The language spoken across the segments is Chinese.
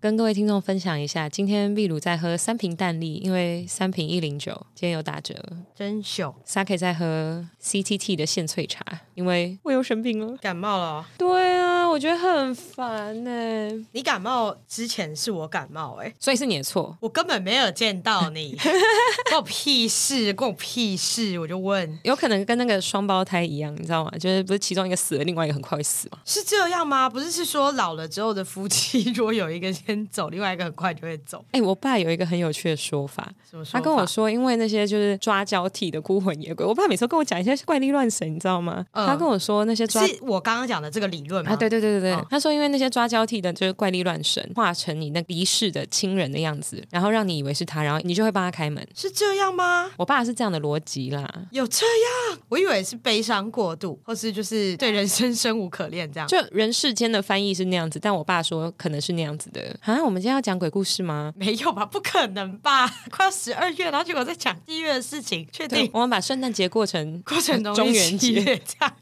跟各位听众分享一下，今天秘鲁在喝三瓶淡丽，因为三瓶一零九，今天有打折。真秀， Saki 在喝 CTT 的现萃茶，因为我有生病了。感冒了哦。对啊，我觉得很烦呢、你感冒之前是我感冒哎、所以是你的错。我根本没有见到 你，关我屁事，关我屁事！我就问，有可能跟那个双胞胎一样，你知道吗？就是不是其中一个死了，另外一个很快会死嘛？是这样吗？不是是说老了之后的夫妻，如果有一个先走，另外一个很快就会走。哎、我爸有一个很有趣的说法，什么说法他跟我说，因为那些就是抓交替的孤魂野鬼，我爸每次都跟我讲一些怪力乱神，你知道吗？嗯他跟我说那些抓是我刚刚讲的这个理论吗？啊，对对对对对，哦他说因为那些抓交替的，就是怪力乱神，化成你那离世的亲人的样子，然后让你以为是他，然后你就会帮他开门。是这样吗？我爸是这样的逻辑啦，有这样？我以为是悲伤过度，或是就是对人生生无可恋这样。就人世间的翻译是那样子，但我爸说可能是那样子的。啊，我们今天要讲鬼故事吗？没有吧？不可能吧？ 快要十二月，然后结果在讲一月的事情，确对定，我们把圣诞节过成过程中中元节这 样，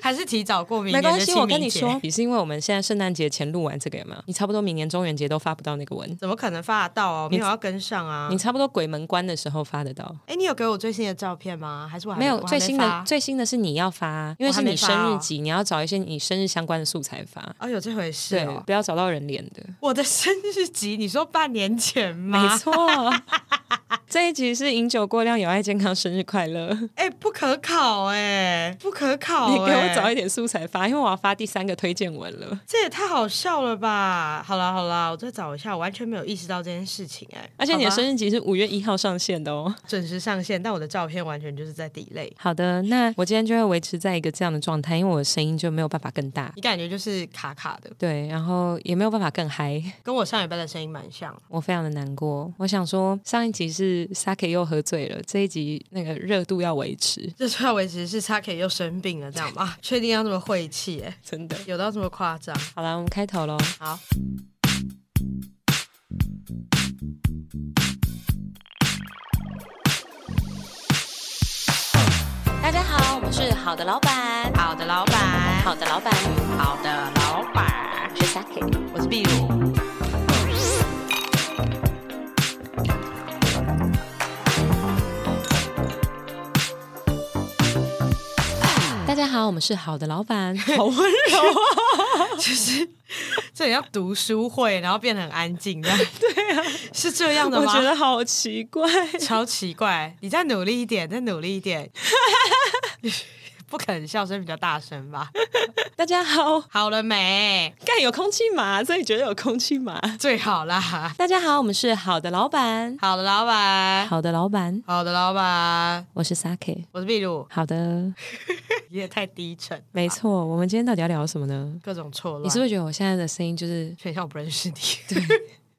还是提早过明没年的关系，清明节？我跟你说，，也是因为我们现在圣诞节前录完这个有没有？你差不多明年中元节都发不到那个文，怎么可能发得到啊？我没有要跟上啊你！差不多鬼门关的时候发得到。哎，你有给我最新的照片吗？还是我还没有我还最新发的，最新的是你要发，因为是你生日集，你要找一些你生日相关的素材发。哦，有这回事对，哦。不要找到人脸的，我的生日集，你说半年前 没吗？错。 这一集是饮酒过量，有爱健康，生日快乐！你哎，不可考哎，不可考哎！给我找一点素材发，因为我要发第三个推荐文了。这也太好笑了吧！好啦好啦，我再找一下，我完全没有意识到这件事情哎。而且你的好吧生日集是五月一号上线的哦。准时上线，但我的照片完全就是在 delay。好的，那我今天就会维持在一个这样的状态，因为我的声音就没有办法更大，你感觉就是卡卡的，对，然后也没有办法更嗨。跟我上礼拜的声音蛮像。我非常的难过。我想说，上一集是 Saki 又喝醉了，这一集那个热度要维持，这段维持是 s a k 又生病了，这样 吧？确定要这么晦气、哎，真的。有到这么夸张？好啦，我们开头喽。好，大家好，我们是好的老板，好的，老板，好的老板，好的，老板，我是 Saki。我是壁炉。大家好，我们是好的老板，好温这也要读书会，然后变得很安静，这 样对啊， 是这样的我吗觉？得好奇怪。超奇怪，你再努力一点，再努力一点， 不可能笑声比较大声吧？大家好，好了没？干有空气麻，所以觉得有空气麻。最好啦，大家好，我们是好的老板，好的，老板，好的老板，好的，老板，我是 Saki。我是壁炉，好的，你也太低沉，没错。我们今天到底要聊什么呢？各种错乱。你是不是觉得我现在的声音就是全校不认识你。对，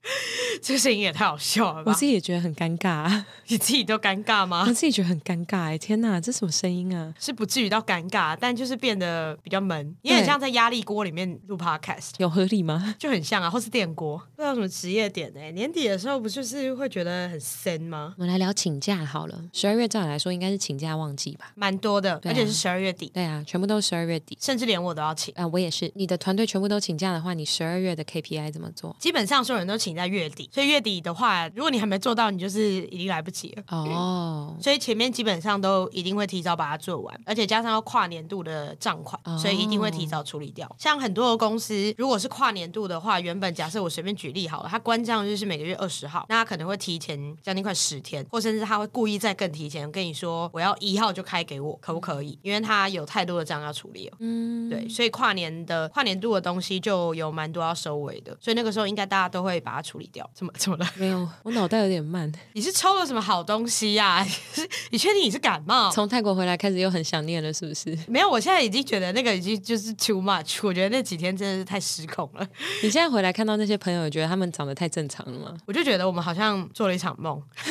这个声音也太好笑了我吧？自己也觉得很尴尬、啊你自己都尴 尬我吗？自己觉得很尴尬哎、天哪，这什么声音啊？是不至于到尴尬，但就是变得比较闷，也很像在压力锅里面录 podcast，有合理吗？ 就很像啊，或是电锅。不知道什么职业点呢、欸年底的时候不就是会觉得很森吗？我们来聊请假好了。十二月照理来说应该是请假旺季吧？蛮多的，啊而且是十二月底，对啊，全部都是十二月底。甚至连我都要请。啊、我也是。你的团队全部都请假的话，你十二月的 KPI 怎么做？基本上所有人都请在月底，所以月底的话，如果你还没做到，你就是已经来不及了。哦、所以前面基本上都一定会提早把它做完，而且加上要跨年度的账款哦，所以一定会提早处理掉。像很多的公司，如果是跨年度的话，原本假设我随便举例好了，它关账就是每个月二十号，那它可能会提前将近快十天，或甚至他会故意再更提前跟你说，我要一号就开给我，可不可以？因为他有太多的账要处理了。嗯，对，所以跨年的跨年度的东西就有蛮多要收尾的，所以那个时候应该大家都会把它处理掉。怎么怎么了？没有，我脑袋有点慢。你是抽了什么好东西呀、 你是你确定你是感冒？ 从泰国回来开始又很想念了，是不是？ 没有，我现在已经觉得那个已经就是 too much，我觉得那几天真的是太失控了。你现在回来看到那些朋友，觉得他们长得太正常了吗？我就觉得我们好像做了一场梦，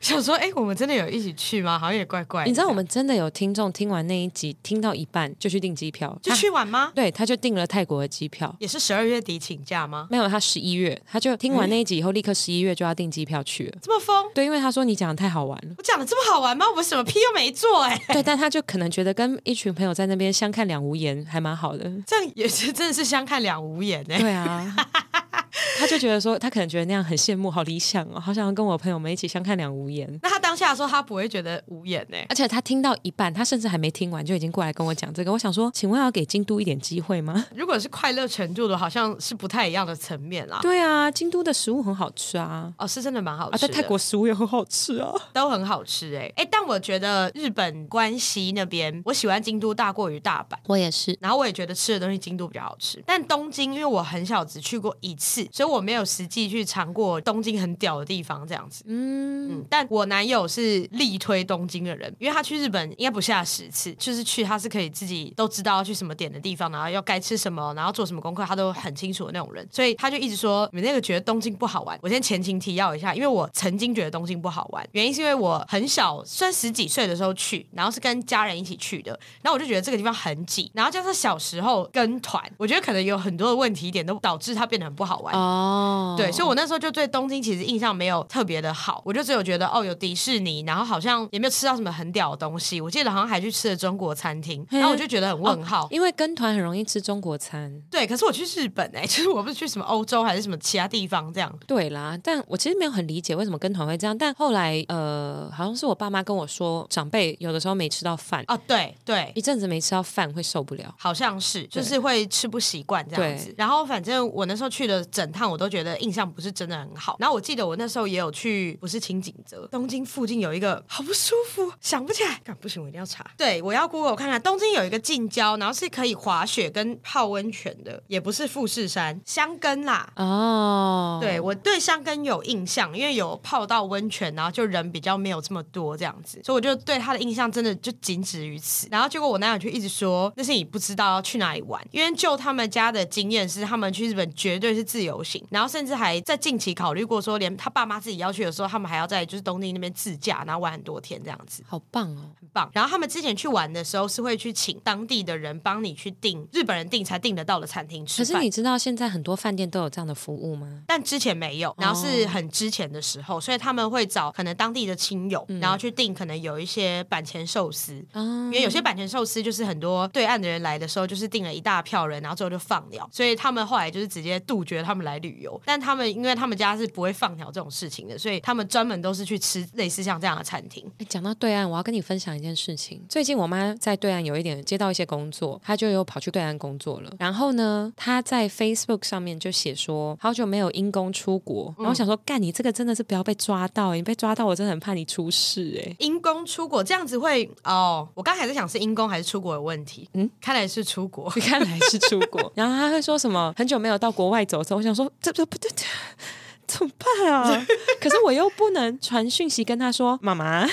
想说，哎、我们真的有一起去吗？好像也怪怪的。你知道我们真的有听众听完那一集，听到一半就去订机票，就去玩吗？他对，他就订了泰国的机票。也是十二月底请假吗？没有，他十一月，他就听完那一集以后，立刻十一月就要订机票去了。这么疯？对，因为他说你讲的太好玩了。我讲的这么好玩吗？我什么屁又没做、 哎， 对，但他就可能觉得跟一群朋友在那边相看两无言，还蛮好的。这样也是真的是相看两无眼哎、对啊， 他就觉得说，他可能觉得那样很羡慕，好理想哦，好想要跟我朋友们一起相看两无言。 那他当下的时候，他不会觉得无欸言呢、而且他听到一半，他甚至还没听完就已经过来跟我讲这个。我想说，请问要给京都一点机会 吗？如果是快乐程度的，好像是不太一样的层面啦。对啊，京都的食物很好吃啊，哦，是真的蛮好啊，吃在的、泰国食物也很好吃啊。都很好吃哎、哎，但我觉得日本关西那边，我喜欢京都大过于大阪。我也是，然后我也觉得吃的东西京都比较好吃，但东京因为我很小只去过一次，所以我没有实际去尝过东京很屌的地方这样子。嗯，嗯，但我男友是力推东京的人，因为他去日本应该不下十次，就是去他是可以自己都知道要去什么点的地方，然后要该吃什么，然后做什么功课，他都很清楚的那种人，所以他就一直说你们那个觉得东京不好玩。我先前情提要一下，因为我曾经觉得东京不好玩，原因是因为我很小，算十几岁的时候去，然后是跟家人一起去的，然后我就觉得这个地方很挤，然后加上小时候跟团，我觉得可能有很多的问题点都导致它变得很不好玩。哦，对，所以我那时候就对东京其实印象没有特别的好，我就只有觉得哦有迪士尼，然后好像也没有吃到什么很屌的东西。我记得好像还去吃了中国餐厅，然后我就觉得很问号。因为跟团很容易吃中国餐。哦对，可是我去日本哎、就是我不是去什么欧洲还是什么其他地方这样，对啦，但我其实没有很理解为什么跟团会这样。但后来，呃，好像是我爸妈跟我说，长辈有的时候没吃到饭，哦，对对。一阵子没吃到饭会受不了。好像是，就是会吃不习惯这样子对。然后反正我那时候去的整趟，我都觉得印象不是真的很好。然后我记得我那时候也有去，不是清景泽，东京附近有一个好不舒服，想不起来，干不行，我一定要查。对，我要 Google 看看，东京有一个近郊，然后是可以滑雪跟泡温泉的，也不是富士山，箱根啦。哦，对，我对箱根有印象，因为有泡到温泉，然后就人比较没有这么多这样子，所以我就对他的印象真的就仅止于此。然后结果我男友就一直说那是你不知道要去哪里玩，因为就他们家的经验是，他们去日本绝对是自由行，然后甚至还在近期考虑过说，连他爸妈自己要去的时候，他们还要在就是东京那边自驾，然后玩很多天这样子。好棒哦！很棒。然后他们之前去玩的时候是会去请当地的人帮你去订，日本人订才订得到的餐厅吃可饭。是你知道现在很多饭店都有这样的服务吗？但之前没有，然后是很之前的时候，所以他们会找可能当地的亲友，然后去订可能有一些板前寿司。啊因，为有些板前寿司就是很多对岸的人来的时候，就是订了一大票人，然后最后就放鸟，所以他们后来就是直接杜绝他们来旅游。但他们因为他们家是不会放鸟这种事情的，所以他们专门都是去吃类似像这样的餐厅。诶哎讲到对岸，我要跟你分享一件事情。最近我妈在对岸有一点接到一些工作，她就又跑去对岸工作了。然后呢，她在 Facebook 上面就写说，好久没有因公出国。然后我想说，干你这个真的是不要被抓到，欸你被抓到我真的很怕你出事哎、因公出国这样子会哦，我刚才在想是因公还是出国有问题，嗯，看来是出国。 看来是出国， 然后她会说什么很久没有到国外走走，我想说这这不对。这怎么办啊？ 可是我又不能传讯息跟她说妈妈，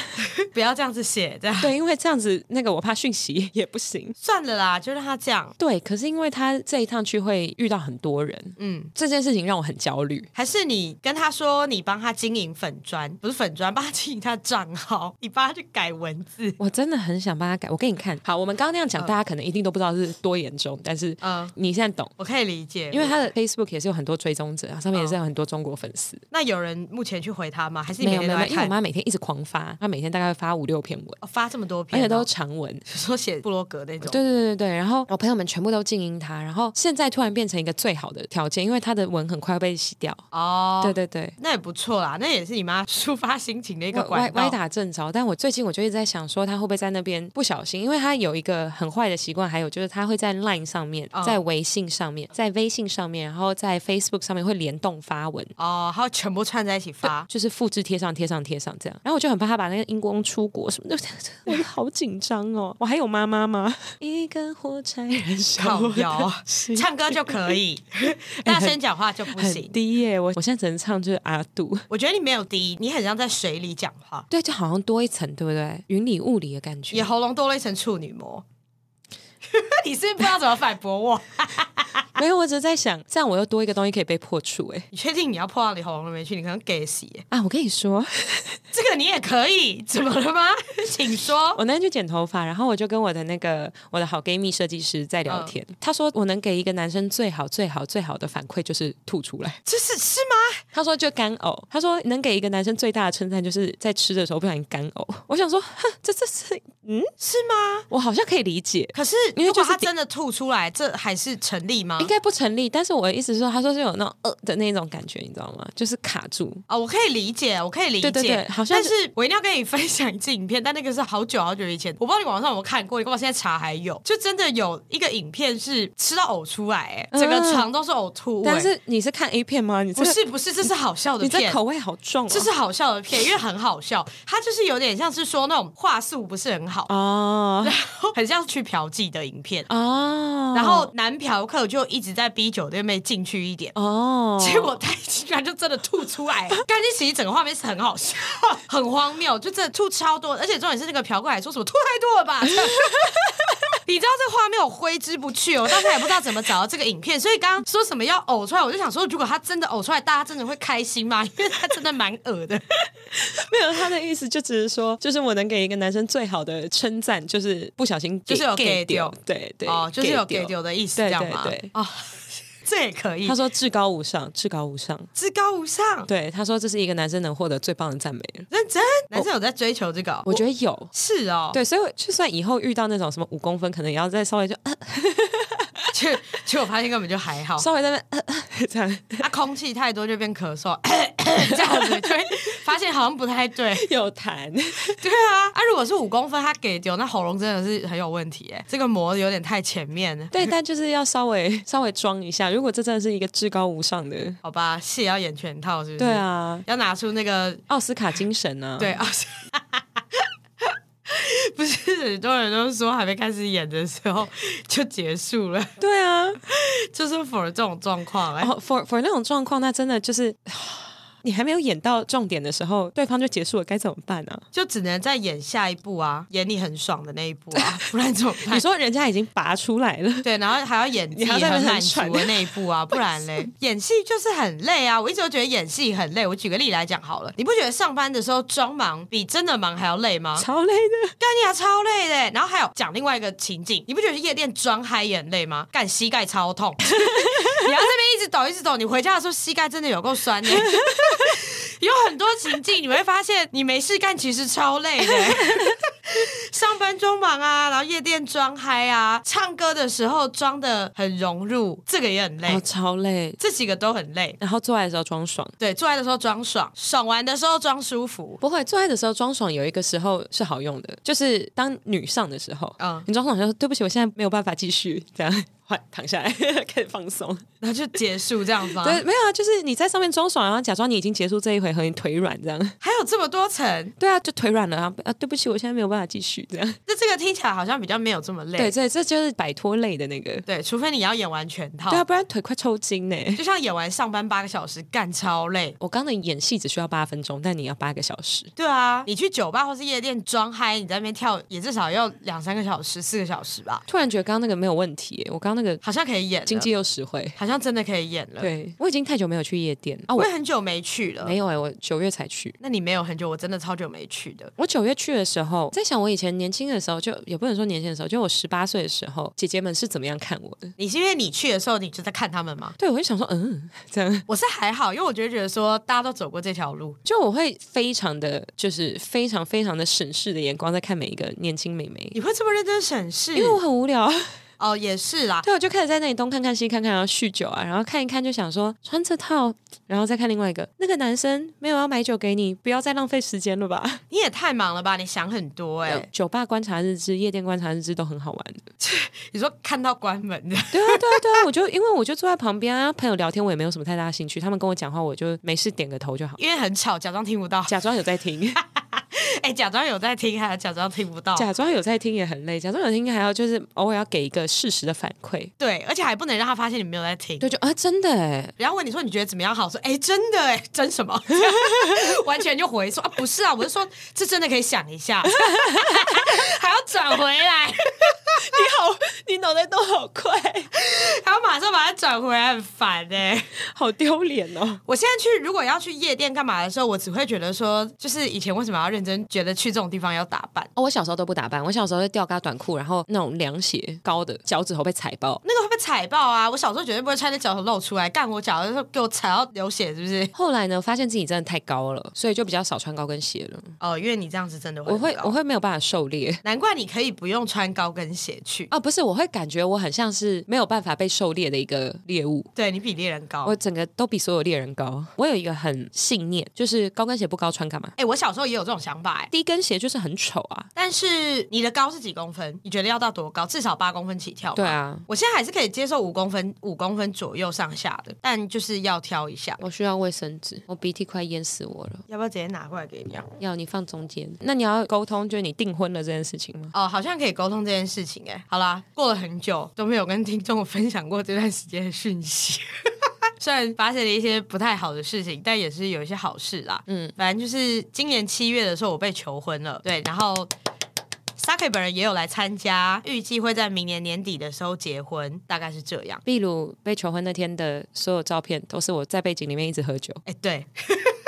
不要这样子写，这样对，因为这样子那个我怕讯息也不行。算了啦，就让他这样。对，可是因为他这一趟去会遇到很多人，嗯，这件事情让我很焦虑。还是你跟他说，你帮他经营粉砖，不是粉砖，帮他经营他的账号，你帮他去改文字。我真的很想帮他改，我给你看好。我们刚刚那样讲，大家可能一定都不知道是多严重，但是嗯你现在懂，我可以理解，因为他的 Facebook 也是有很多追踪者，啊上面也是有很多中国粉丝。那有人目前去回他吗？还是你没每有天没有，没都有在因为我看？妈每天一直狂发，她每天大概发五六篇文，哦发这么多而篇哦，且都是长文。说写布洛格那种。对对对对对，然后我朋友们全部都静音他，然后现在突然变成一个最好的条件，因为他的文很快要被洗掉。哦，对对对，那也不错啦，那也是你妈抒发心情的一个歪歪管歪道。打正着，但我最近我就一直在想说，他会不会在那边不小心？因为他有一个很坏的习惯，还有就是他会在 Line 上面、嗯在微信上面、在微信上面，然后在 Facebook 上面会联动发文。哦，还有全部串在一起发， 就是复制贴上贴上贴上这样，然后我就很怕他把那个因公出国什么的， 我就好紧张哦。我还有妈妈 吗？一根火柴燃烧靠我腰的心，唱歌就 可以，大声讲话就不哎很行。低耶、我我现在只能唱就是阿杜，我觉得你没有低，你很像在水里讲话，对，就好像多一层，对不对？云里雾里的感觉也。喉咙多了一层处女膜。 你是不是不知道怎么反驳我？ 没有，我只是在想，这样我又多一个东西可以被破除、哎。你确定你要破到你喉咙里面去？你可能给洗耶，啊，我跟你说，这个你也可以，怎么了吗？ 请说。 我那天去剪头发，然后我就跟我的那个我的好闺蜜设计师在聊天，嗯她说我能给一个男生最好最好最好的反馈就是吐出来， 这是是吗？她说就干呕，她说能给一个男生最大的称赞就是在吃的时候不小心干呕，我想说，哼，这这是嗯，是吗？我好像可以理解，可是因为如果就是他真的吐出来，这还是成立吗应？应该不成立。但是我的意思是说，他说是有那种呃的那种感觉，你知道吗？就是卡住。哦，我可以理解，我可以理解，对对对好像但是我一定要跟你 分享一支影片，但那个是好久好久以前，我不知道你网上有没有看过，你干嘛现在查还有？就真的有一个影片是吃到呕出来、哎，整个嗯床都是呕吐味。但是你是看 A 片吗？你这不个是不是，这是好笑的你这片。口味好重、哦，这是好笑的片，因为很好笑，它就是有点像是说那种话术不是很好， 哦很像去嫖妓的影片。哦，然后男嫖客就一直在逼酒店妹进去一点，哦，结果他竟然就真的吐出来，但是其实整个画面是很好笑，很荒谬，就真的吐超多，而且重点是那个嫖客还说什么吐太多了吧。你知道这画面我挥之不去哦，我到现在也不知道怎么找到这个影片，所以刚刚说什么要呕出来，我就想说，如果他真的呕出来，大家真的会开心吗？因为他真的蛮恶的。没有他的意思，就只是说， 就是我能给一个男生最好的称赞，就是不小心就是有 gay 丢，对对，哦，就是有给给丢的意思，对这样吗？对对哦， 这也可以。他说至高无上，至高无上。至高无上，对，他说这是一个男生能获得最棒的赞美了。认真，男生有在追求这个哦、我觉得有，是哦， 对，所以我就算以后遇到那种什么五公分，可能也要再稍微就、 啊结结果发现根本就还好，稍微在那边、 啊啊这样，啊，空气太多就变咳嗽， 这样子 就会发现好像不太对。有痰。对啊，啊，如果是五公分，他给丢，那喉咙真的是很有问题哎，这个膜有点太前面了。 对，但就是要稍微稍微装一下。如果这真的是一个至高无上的，好吧，戏也要演全套是不是？对，啊，要拿出那个奥斯卡精神呢、啊？对啊。是 不是很多人都说还没开始演的时候就结束了， 对啊，就是 for 这种状况哎、然后哦 for for 那种状况，那真的就是。你还没有演到重点的时候，对方就结束了，该怎么办呢、就只能再演下一部啊，演你很爽的那一部 啊，不然怎么办你？说人家已经拔出来了，对，然后还要演你技还要在那很边满很足喘的那一步啊，不然 嘞，演戏就是很累啊。我一直都觉得演戏很累。我举个例来讲好了，你不觉得上班的时候装忙比真的忙还要累吗？超累的，干你啊，超累的。然后还有讲另外一个情景，你不觉得去夜店装嗨也很累吗？干膝盖超痛， 你要这边一直抖一直抖，你回家的时候膝盖真的有够酸的。 有很多情境，你会发现你没事干其实超累的。欸 上班装忙啊，然后夜店装嗨啊，唱歌的时候装的很融入，这个也很累。然后哦超累，这几个都很累。然后做爱的时候装爽，对，做爱的时候装爽，爽完的时候装舒服。不会做爱的时候装爽有一个时候是好用的，就是当女上的时候，嗯嗯，你装爽就说对不起，我现在没有办法继续，这样换躺下来 开始放松。然后就结束这样吗？ 对，没有啊，就是你在上面装爽，然后假装你已经结束这一回合，你腿软这样。还有这么多层，对啊，就腿软了啊啊，对不起，我现在没有办法继续这样。那这个听起来好像比较没有这么累。对，这这就是摆脱累的那个。对，除非你要演完全套，对啊，不然腿快抽筋呢。就像演完上班八个小时，干超累。我刚的演戏只需要八分钟，但你要八个小时。对啊，你去酒吧或是夜店装嗨，你在那边跳也至少要两三个小时、四个小时吧，突然觉得刚刚那个没有问题耶，我刚刚那个好像可以演了经济又实惠。好像真的可以演了。，对，我已经太久没有去夜店啊，我我也很久没去了。没有哎、我九月才去。那你没有很久，我真的超久没去的。我九月去的时候，在想我以前年轻的时候，就也不能说年轻的时候，就我十八岁的时候，姐姐们是怎么样看我的？你是因为你去的时候，你就在看他们吗？对，我就想说，嗯，这样我是还好，因为我就觉得说大家都走过这条路，就我会非常的，就是非常非常的审视的眼光在看每一个年轻美眉，你会这么认真审视？因为我很无聊。啊哦，也是啦，对，我就开始在那里东看看西看看，然后酗酒啊，然后看一看就想说穿这套，然后再看另外一个，那个男生没有要买酒给你，不要再浪费时间了吧。你也太忙了吧？你想很多哎、酒吧观察日志、夜店观察日志都很好玩 的。你说看到关门的，对啊，对啊，对啊，我就因为我就坐在旁边啊，朋友聊天我也没有什么太大兴趣，他们跟我讲话我就没事点个头就好，因为很吵，假装听不到。假装有在 听，哎、假装有在听，还有假装听不到。假装有在听也很累，假装有听还要就是偶尔要给一个适时的反馈。对，而且还不能让他发现你没有在听。对，就啊，真的哎，然后问你说你觉得怎么样好？说哎、真的哎、真什么？ 完全就回说啊，不是啊，我是说这真的可以想一下， 还要转回来，你脑袋动好快，还要马上把它转回来，很烦哎、 好丢脸哦。我现在去，如果要去夜店干嘛的时候，我只会觉得说，就是以前为什么要认真觉得去这种地方要打扮？哦，我小时候都不打扮，我小时候就吊嘎短裤，然后那种凉鞋高的，脚趾头被踩爆。那个会被踩爆啊！我小时候绝对不会穿着脚头露出来，干我脚的时候给我踩到流血，是不是？后来呢，发现自己真的太高了，所以就比较少穿高跟鞋了。哦，因为你这样子真的会我很会高，我会没有办法狩猎。难怪你可以不用穿高跟且去。哦，不是，我会感觉我很像是没有办法被狩猎的一个猎物。对你比猎人高。我整个都比所有猎人高。我有一个很信念，就是高跟鞋不高穿干嘛？哎、我小时候也有这种想法哎、低跟鞋就是很丑啊。但是你的高是几公分？你觉得要到多高？至少八公分起跳。对。啊，我现在还是可以接受五公分、五公分左右上下的，但就是要挑一下。我需要卫生纸，我鼻涕快淹死我了。要不要直接拿过来给你啊？要你放中间，那你要沟通，就是你订婚了这件事情吗？哦，好像可以沟通这件事情哎、好啦，过了很久都没有跟听众分享过这段时间的讯息。 虽然发生了一些不太好的事情，但也是有一些好事啦。嗯嗯，反正就是今年七月的时候，我被求婚了。对，然后 Saki 本人也有来参加，预计会在明年年底的时候结婚，大概是这样。秘鲁被求婚那天的所有照片，都是我在背景里面一直 喝酒。哎、对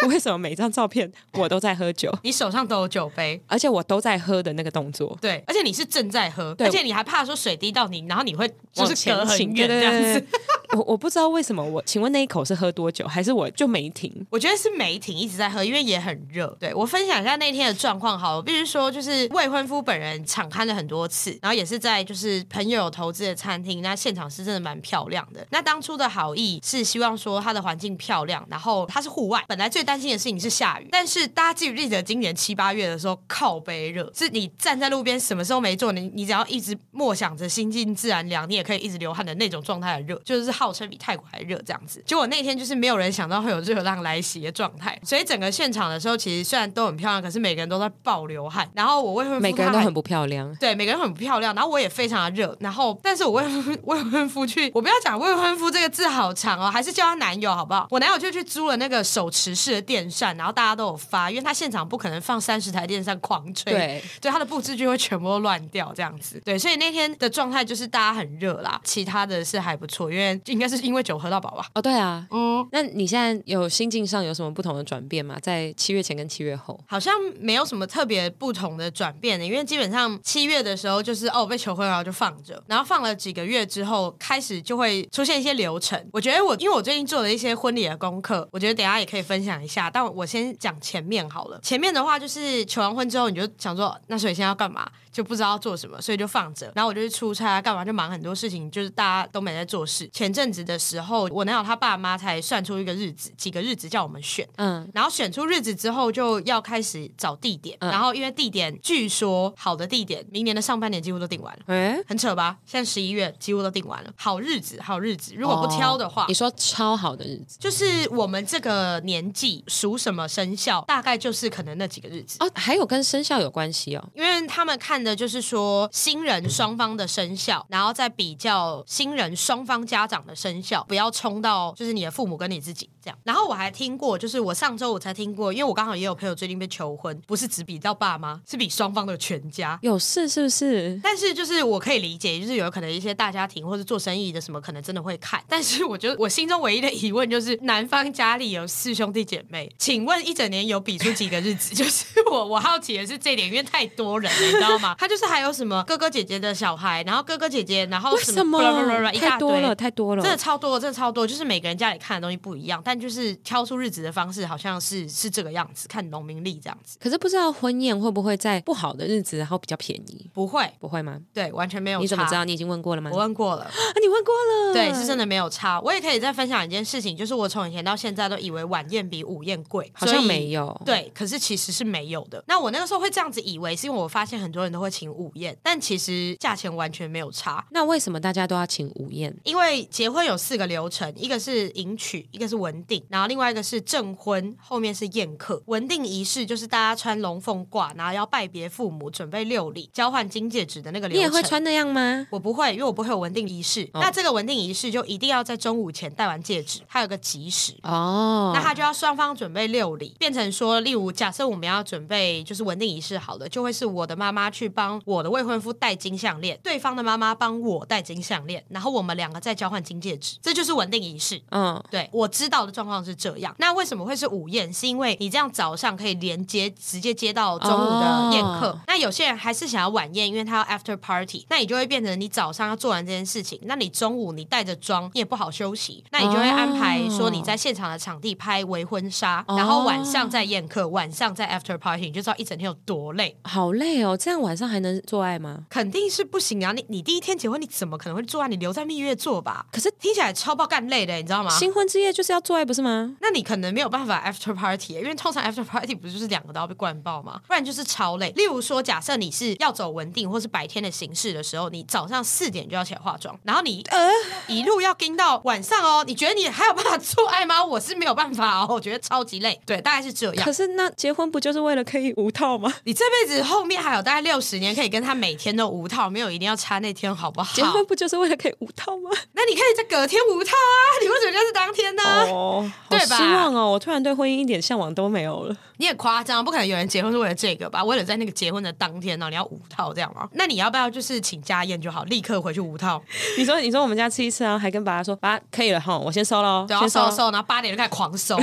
为什么每张照片我都在喝酒，你手上都有酒杯，而且我都在喝的那个动作？对，而且你是正在喝，对而且你还怕说水滴到你，然后你会就往是前隔很倾远这样子。对对对对我我不知道为什么我，请问那一口是喝多久，还是我就没停？我觉得是梅婷一直在喝，因为也很热。对我分享一下那天的状况好了，我必须说，就是未婚夫本人敞刊了很多次，然后也是在就是朋友有投资的餐厅，那现场是真的蛮漂亮的。那当初的好意是希望说它的环境漂亮，然后它是户外。本来最担心的事情是下雨，但是大家记不记得今年七八月的时候靠背热，是你站在路边什么时候没做，你你只要一直默想着心静自然凉，你也可以一直流汗的那种状态的热，就是号称比泰国还热这样子。结果那天就是没有人想到会有热浪来袭的状态，所以整个现场的时候，其实虽然都很漂亮，可是每个人都在爆流汗。然后我未婚夫每个人都他还很不漂亮。对，每个人很漂亮，然后我也非常的热，然后但是我未婚 未婚夫去，我不要讲未婚夫这个字好长哦，还是叫他男友好不好？我男友就去租了那个手持式的电扇，然后大家都有发，因为他现场不可能放三十台电扇狂吹，对，对，他的布置就会全部都乱掉这样子，对，所以那天的状态就是大家很热啦，其他的是还不错，因为应该是因为酒喝到饱吧。哦，对啊。嗯，那你现在有心境上有什么不同的转变吗？在七月前跟七月后，好像没有什么特别不同的转变的，因为基本上七月的时候就是哦被求婚，然后就放着，然后放了几个月之后，开始就会出现一些流程。我觉得我因为我最近做了一些婚礼的功课，我觉得等一下也可以分享一下，但我先讲前面好了。前面的话就是求完婚之后，你就想说那所以现在要干嘛，就不知道做什么，所以就放着。然后我就去出差干嘛，就忙很多事情，就是大家都没在做事。前阵子的时候，我男友他爸妈才算出一个日子，几个日子叫我们选。嗯，然后选出日子之后，就要开始找地点。嗯然后因为地点，据说好的地点，明年的上半年几乎都定完了。哎、很扯吧？现在十一月几乎都定完了，好日子，好日子。如果不挑的话，哦你说超好的日子就是我们这个年纪属什么生肖，大概就是可能那几个日子。哦，还有跟生肖有关系哦。因为他们看的就是说新人双方的生肖，然后再比较新人双方家长的生肖，不要冲到就是你的父母跟你自己这样。然后我还听过，就是我上周我才听过，因为我刚好也有朋友最近被求婚，不是只比到爸妈，是比双方的全家。有事是不是？但是就是我可以理解，就是有可能一些大家庭或者做生意的什么，可能真的会看。但是我觉得我心中唯一的疑问就是，男方家里有四兄弟姐妹，请问一整年有比出几个日子？ 就是我我好奇的是这一点，因为太多人了，你知道吗？他就是还有什么哥哥姐姐的小孩，然后哥哥姐姐，然后为什哦么么 blah blah blah blah，一大太多堆了，太多了真。的超多，真的超多，就是每个人家里看的东西不一样，但就是挑出日子的方式好像是是这个样子，看农民历这样子，可是不知道婚宴会不会在不好的日子，然后比较便宜？不会，不会吗？对，完全没有。你怎么知？道？你已经问过了吗？我问过了。啊，你问过了，对，是真的，的没有差。我也可以再分享一件事情，就是我从以前到现在都以为晚宴比午宴贵，好像所以没。有。，对，可是其实是没有的。那我那个时候会这样子以为，是因为我发现很多人都会请午宴，但其实价钱完全没有差。那为什么大家都要请午宴？因为结婚有四个流程，一个是迎娶，一个是文定，然后另外一个是证婚，后面是宴客。文定仪式就是大家穿龙凤褂，然后要拜别父母，准备六礼，交换金戒指的那个流你也程。会穿那样吗？我不会，因为我不会有文定仪式。哦那这个文定仪式就一定要在中午前戴完戒指，它有个吉时。哦，那他就要双方准备六礼，变成说，例如假设我们要准备就是文定仪式好了，就会是我的妈妈去帮我的未婚夫戴金项链，对方的妈妈帮我戴金项链，然后我们两个再交换金戒指，这就是文定仪式。嗯，对我知道的状况是这样。那为什么会是午宴？是因为你这样早上可以连接直接接到中午的宴客。哦那有些人还是想要晚宴，因为他要 after party，那你就会变成你早上要做完这件事情，那你中午你带着妆，你也不好休息，那你就会安排说你在现场的场地拍围婚纱，哦然后晚上再宴客，晚上再 after party，你就知道一整天有多累。好累哦，这样晚上还能做爱吗？肯定是不行啊！你你第一天结婚，你怎么可能会做爱？你留在蜜月做吧。可是听起来超爆干累的，你知道吗？新婚之夜就是要做爱，不是吗？那你可能没有办法 after party，因为欸通常 after party 不就是两个都要被灌爆吗？不然就是超累。例如说，假设你是要走文定或是白天的形式的时候，你早上四点就要起来化妆，然后你呃一路要盯到晚上哦。你觉得你还有办法做爱吗？我是没有办法哦， 我觉得超级累。对，大概是这样可。是那结婚不就是为了可以无套 吗？你这辈子后面还有大概六十年可以跟他每天都无套，没有一定要差那天，好不好？结婚不就是为了可以无套吗？那你可以在隔天无套啊，你为什么就是当天呢？ 哦，好对吧失望哦！我突然对婚姻一点向往都没有了。你也夸张，不可能有人结婚是为了这个吧？为了在那个结婚的当天呢、你要无套这样吗？ 那你要不要就是请家宴就好，立刻回去无套，你说，你说我们家吃一次，然后还跟爸爸说，爸可以了哈，我先收喽，对，然后先收收收，然后八点就开始狂收，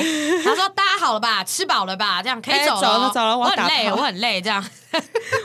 他说大家好了吧，吃饱了吧，这样可以哎走走了哦，了走了我我要很打累，炮我很累，这样，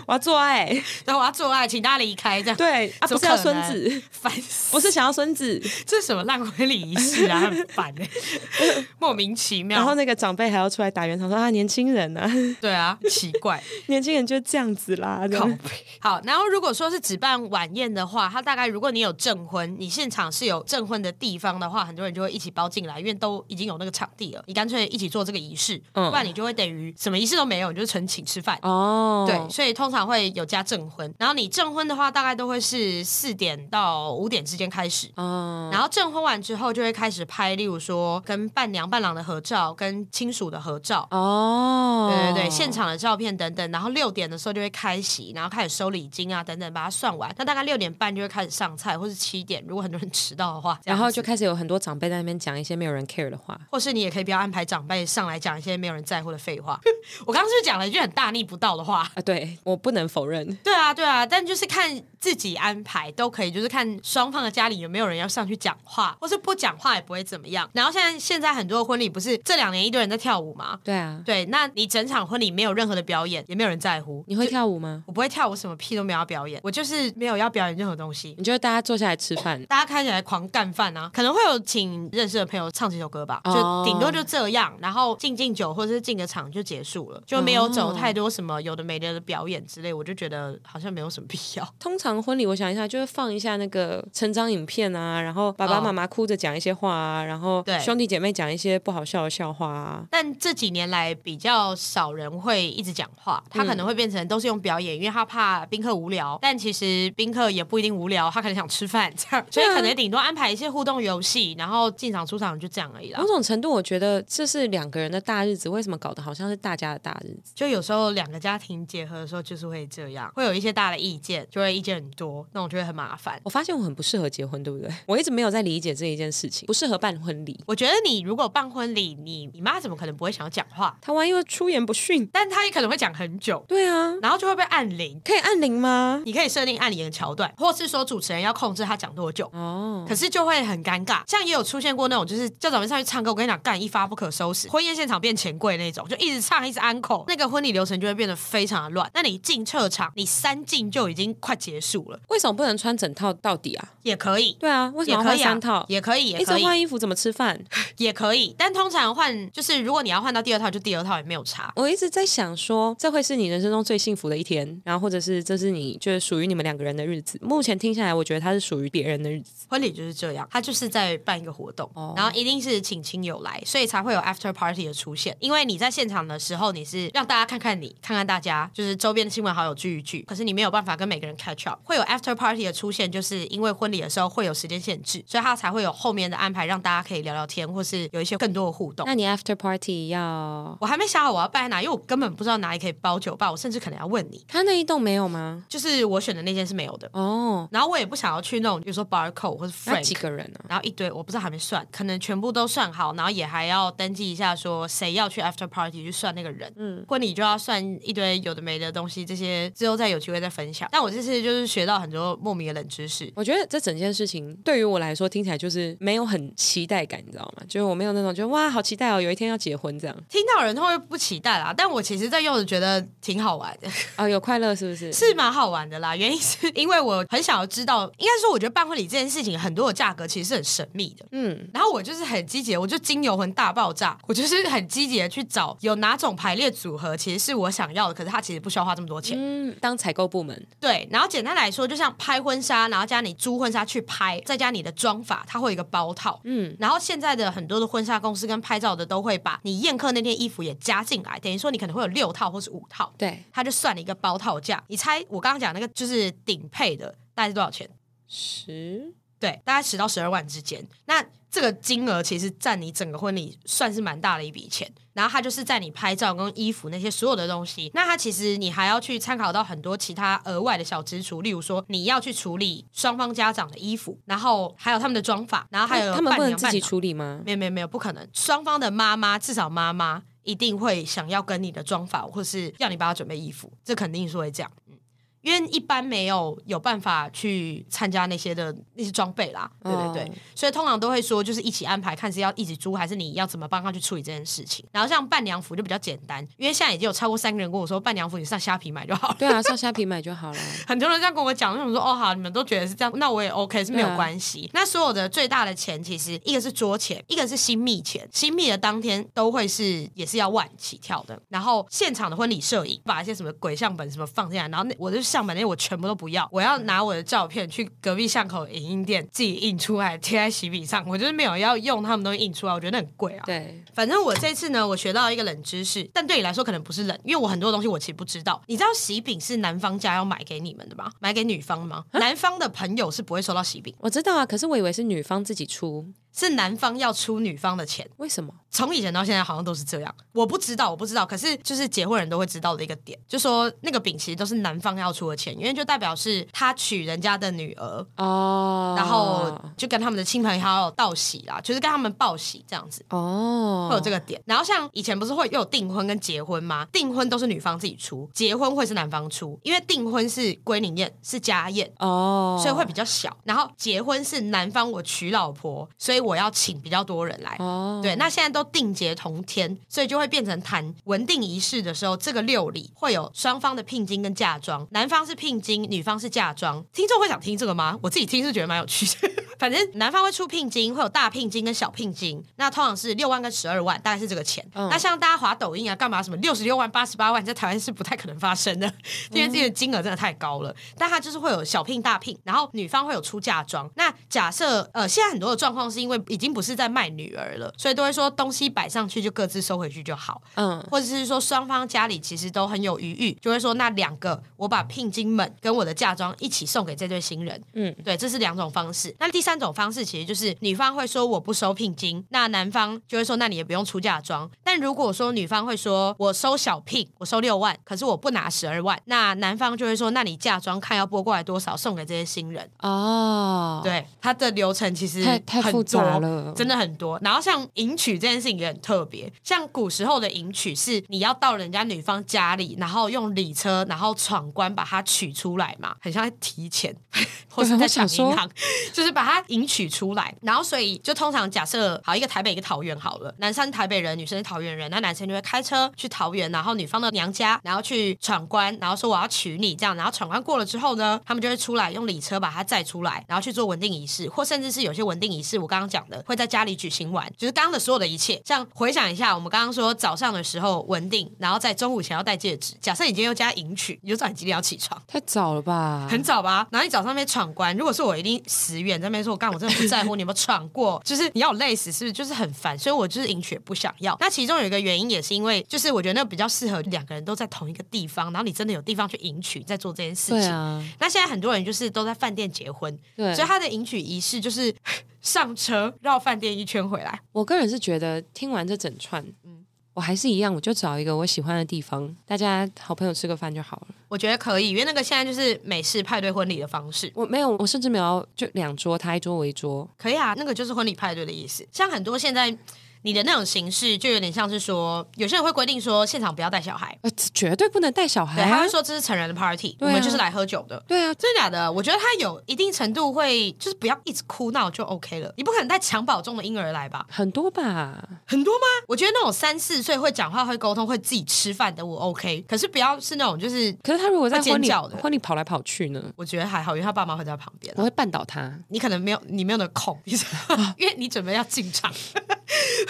我要做爱。 然后我要做爱，请大家离开，这样，对啊，怎不么是要可孙能子，烦死，不是想要孙子。这是什么烂婚礼仪式啊，很烦哎， 莫名其妙，然后那个长辈还要出来打圆场，说啊，年轻人啊， 对啊，奇怪。年轻人就这样子啦。这样靠背好，然后如果说是只办晚宴的话，他大概如果你有证婚，你现场是有证婚的地方的话，很多人就会一起包进来，因为都已经有那个场地了，你干脆一起做这个仪式，嗯不然你就会等于什么仪式都没有，你就纯请吃饭。哦，对，所以通常会有加证婚，然后你证婚的话，大概都会是四点到五点之间开始，哦，然后证婚完之后就会开始拍，例如说跟伴娘伴郎的合照，跟亲属的合照，哦，对对对，现场的照片等等，然后六点的时候就会开席，然后开始收礼金啊等等，把它算完。那大概六点半就会开始上菜，或是七点，如果很多人迟到的话，这然样子后就开始有很多长辈在那边讲一些没有人 care 的话。或是你也可以不要安排长辈上来讲一些没有人在乎的废话。 我刚刚是不是讲了一句很大逆不道的话？ 啊，对我不能否认，对啊，对啊，但就是看自己安排都可以，就是看双方的家里有没有人要上去讲话，或是不讲话也不会怎么样。然后现在现在很多的婚礼不是这两年一堆人在跳舞吗？对啊，对，那你整场婚礼没有任何的表演，也没有人在乎，你会跳舞吗？我不会跳舞，什么屁都没有要表演，我就是没有要表演任何东西。你觉得大家坐下来吃饭，大家看起来狂干饭啊，可能会有请认识的朋友唱几首歌吧，就哦顶多就这样，然后敬敬酒或者是敬个场就结束了，就没有走太多什么有的没的的表演之类，我就觉得好像没有什么必要。通常婚礼我想一下，就是放一下那个成长影片啊，然后爸爸哦妈妈哭着讲一些话啊，然后对兄弟姐妹讲一些不好笑的笑话啊。但这几年来比较少人会一直讲话，他可能会变成都是用表演，因为他怕宾客无聊。但其实宾客也不一定无聊，他可能想吃饭这样，所以对啊可能顶多安排一些互动游戏，然后进场出场就这样而已啦某。种程度，我觉得这是两个人的大日子，为什么搞得好像是大家的大日子？就有时候两个家庭结合的时候，就是会这样，会有一些大的意见，就会意见很多，那种就会很麻烦。我发现我很不适合结婚，对不对？ 我一直没有在理解这一件事情，不适合办婚礼。我觉得你如果办婚礼，你你妈怎么可能不会想要讲话？他万一又出言不逊，但她也可能会讲很久，对啊，然后就会被按铃。可以按铃吗？你可以设定按铃的桥段，或是说主持人要控制她讲多久。哦，可是就会很尴尬，像也有出现过那种，就是叫长辈上去唱歌，我跟你讲，干一发不可收拾，婚宴现场变钱柜那种，就一直唱一直安口，那个婚礼流程就会变得非常的乱。那你进撤场，你三进就已经快结束了，为什么不能穿整套到底啊？也可以，对啊，为什也么要可换以啊三套？也可以，一也直可以，换衣服怎么吃饭？也可以。但通常换就是，如果你要换到第二套，就第二套也没有差。我一直在想说，这会是你人生中最幸福的一天，然后或者是这是你就是属于你们两个人的日子。目前听下来，我觉得它是属于别人的日子。婚礼就是这样，他就是在办一个活动，哦然后一定是请亲友来，所以才会有 after party 的出现。因为你在现场的时候，你是让大家看看你，看看大家，就是周边的亲朋好友聚一聚。可是你没有办法跟每个人 catch up，会有 after party 的出现，就是因为婚礼的时候会有时间限制，所以他才会有后面的安排，让大家可以聊聊天，或是有一些更多的互动。那你 after party 要我还没想好我要办在哪，因为我根本不知道哪里可以包酒吧，我甚至可能要问你。他那一栋没有吗？就是我选的那间是没有的。哦，然后我也不想要去那种，比如说 Barco 或是那几 Frank，个人啊？然后一堆我不知道还没算，可能全部都算好，然后也还要登记一下说谁要去 After Party 去算那个人。嗯，婚礼就要算一堆有的没的东西，这些之后再有机会再分享。但我这次就是学到很多莫名的冷知识。我觉得这整件事情对于我来说听起来就是没有很期待感，你知道吗？就是我没有那种觉得哇好期待哦，有一天要结婚这样听到人会不期待啦，但我其实，在用的觉得挺好玩的， 啊、有快乐是不是？是蛮好玩的啦。原因是因为我很想要知道，应该说，我觉得办婚礼这件事情，很多的价格其实是很神秘的。嗯，然后我就是很积极，我就精油魂大爆炸，我就是很积极的去找有哪种排列组合，其实是我想要的，可是它其实不需要花这么多钱。嗯，当采购部门，对，然后简单来说，就像拍婚纱，然后加你租婚纱去拍，再加你的妆法，它会有一个包套。嗯，然后现在的很多的婚纱公司跟拍照的都会把你宴客那件衣服也加进来，等于说你可能会有六套或是五套，对，它就算了一个包套价。你猜我刚刚讲那个就是顶配的，大概是多少钱？十对，大概十到十二万之间。那这个金额其实占你整个婚礼算是蛮大的一笔钱。然后它就是在你拍照跟衣服那些所有的东西，那它其实你还要去参考到很多其他额外的小支出，例如说你要去处理双方家长的衣服，然后还有他们的妆发，然后还有哎他们不伴能娘自己伴郎处理吗？没有没有没有，不可能。双方的妈妈，至少妈妈一定会想要跟你的妆法，或是要你帮她准备衣服，这肯定是会这样。嗯，因为一般没有有办法去参加那些的那些装备啦，对对对，哦所以通常都会说就是一起安排，看是要一起租还是你要怎么帮他去处理这件事情。然后像伴娘服就比较简单，因为现在已经有超过三个人跟我说伴娘服你上虾皮买就好了。对啊，上虾皮买就 好了。很多人这样跟我讲，我想说哦好，你们都觉得是这样，那我也 OK 是没有关系。那所有的最大的钱，其实一个是桌钱，一个是新密钱。新密的当天都会是也是要万起跳的。然后现场的婚礼摄影，把一些什么鬼相本什么放进来，然后那我的相本那些我全部都不要，我要拿我的照片去隔壁巷口影印店自己印出来贴在喜饼上。我就是没有要用他们东西印出来，我觉得那很贵啊。对，反正我这次呢，我学到一个冷知识，但对你来说可能不是冷，因为我很多东西我其实不知道。你知道喜饼是男方家要买给你们的吧？买给女方吗？男方的朋友是不会收到喜饼，我知道啊，可是我以为是女方自己出，是男方要出女方的钱。为什么？从以前到现在好像都是这样，我不知道，我不知道。可是就是结婚人都会知道的一个点，就说那个饼其实都是男方要出的钱，因为就代表是他娶人家的女儿，哦，然后就跟他们的亲朋好友道喜啦，就是跟他们报喜这样子。哦，会有这个点。然后像以前不是会有订婚跟结婚吗？订婚都是女方自己出，结婚会是男方出，因为订婚是归宁宴，是家宴。哦，所以会比较小，然后结婚是男方我娶老婆，所以我要请比较多人来。哦，对，那现在都定结同天，所以就会变成谈文定仪式的时候，这个六礼会有双方的聘金跟嫁妆，男方是聘金，女方是嫁妆。听众会想听这个吗？我自己听是觉得蛮有趣的。 反正男方会出聘金，会有大聘金跟小聘金，那通常是六万跟十二万，大概是这个钱。嗯那像大家滑抖音啊，干嘛什么六十六万、八十八万，在台湾是不太可能发生的，因为这个金额真的太高了。但它就是会有小聘、大聘，然后女方会有出嫁妆。那假设呃，现在很多的状况是因为已经不是在卖女儿了，所以都会说东西摆上去就各自收回去就好。嗯，或者是说双方家里其实都很有余裕，就会说那两个我把聘金们跟我的嫁妆一起送给这对新人，嗯嗯，对，这是两种方式。那第三种方式其实就是女方会说我不收聘金，那男方就会说那你也不用出嫁妆。但如果说女方会说我收小聘，我收六万，可是我不拿十二万，那男方就会说那你嫁妆看要拨过来多少送给这些新人。哦，，对，它的流程其实太太很复杂多了真的很多。然后像迎娶这件事情也很特别，像古时候的迎娶是你要到人家女方家里，然后用礼车，然后闯关把她娶出来嘛，很像在提前 或是对在我想抢说银行，就是把她迎娶出来。然后所以就通常假设好一个台北一个桃园好了，男生台北人，女生是桃园人，那男生就会开车去桃园，然后女方的娘家，然后去闯关，然后说我要娶你这样，然后闯关过了之后呢，他们就会出来用礼车把她载出来，然后去做文定仪式，或甚至是有些文定仪式，我刚刚讲的会在家里举行完，就是刚刚的所有的一切。像回想一下，我们刚刚说早上的时候文定，然后在中午前要戴戒指，假设你今天又加迎娶，你就知道你几点要起床。太早了吧？很早吧，然后你早上在那边闯关，如果是我一定死远在那边说，我干，我真的不在乎你有没有闯过， 就是你要我累死，是不是？就是很烦，所以我就是迎娶也不想要。那其中有一个原因也是因为，就是我觉得那比较适合两个人都在同一个地方，然后你真的有地方去迎娶，在做这件事对情。啊，那现在很多人就是都在饭店结婚，对所以，他的迎娶仪式就是上车绕饭店一圈回来。我个人是觉得听完这整串，嗯，我还是一样，我就找一个我喜欢的地方，大家好朋友吃个饭就好了。我觉得可以，因为那个现在就是美式派对婚礼的方式。我没有，我甚至没有就两桌，他一桌我一桌，可以啊，那个就是婚礼派对的意思。像很多现在你的那种形式，就有点像是说，有些人会规定说现场不要带小孩，呃，绝对不能带小孩对，他啊会！说这是成人的 party，、对啊我们就是来喝酒的。对啊，真的假的？我觉得他有一定程度会，就是不要一直哭闹就 OK 了。你不可能带襁褓中的婴儿来吧？很多吧？很多吗？我觉得那种三四岁会讲话、会沟通、会自己吃饭的，我 OK。可是不要是那种，就是可是他如果在会尖婚礼叫的婚礼跑来跑去呢，我觉得还好，因为他爸妈会在旁边。我会绊倒他。你可能没有，你没有那个空， 你知道吗因为你准备要进场，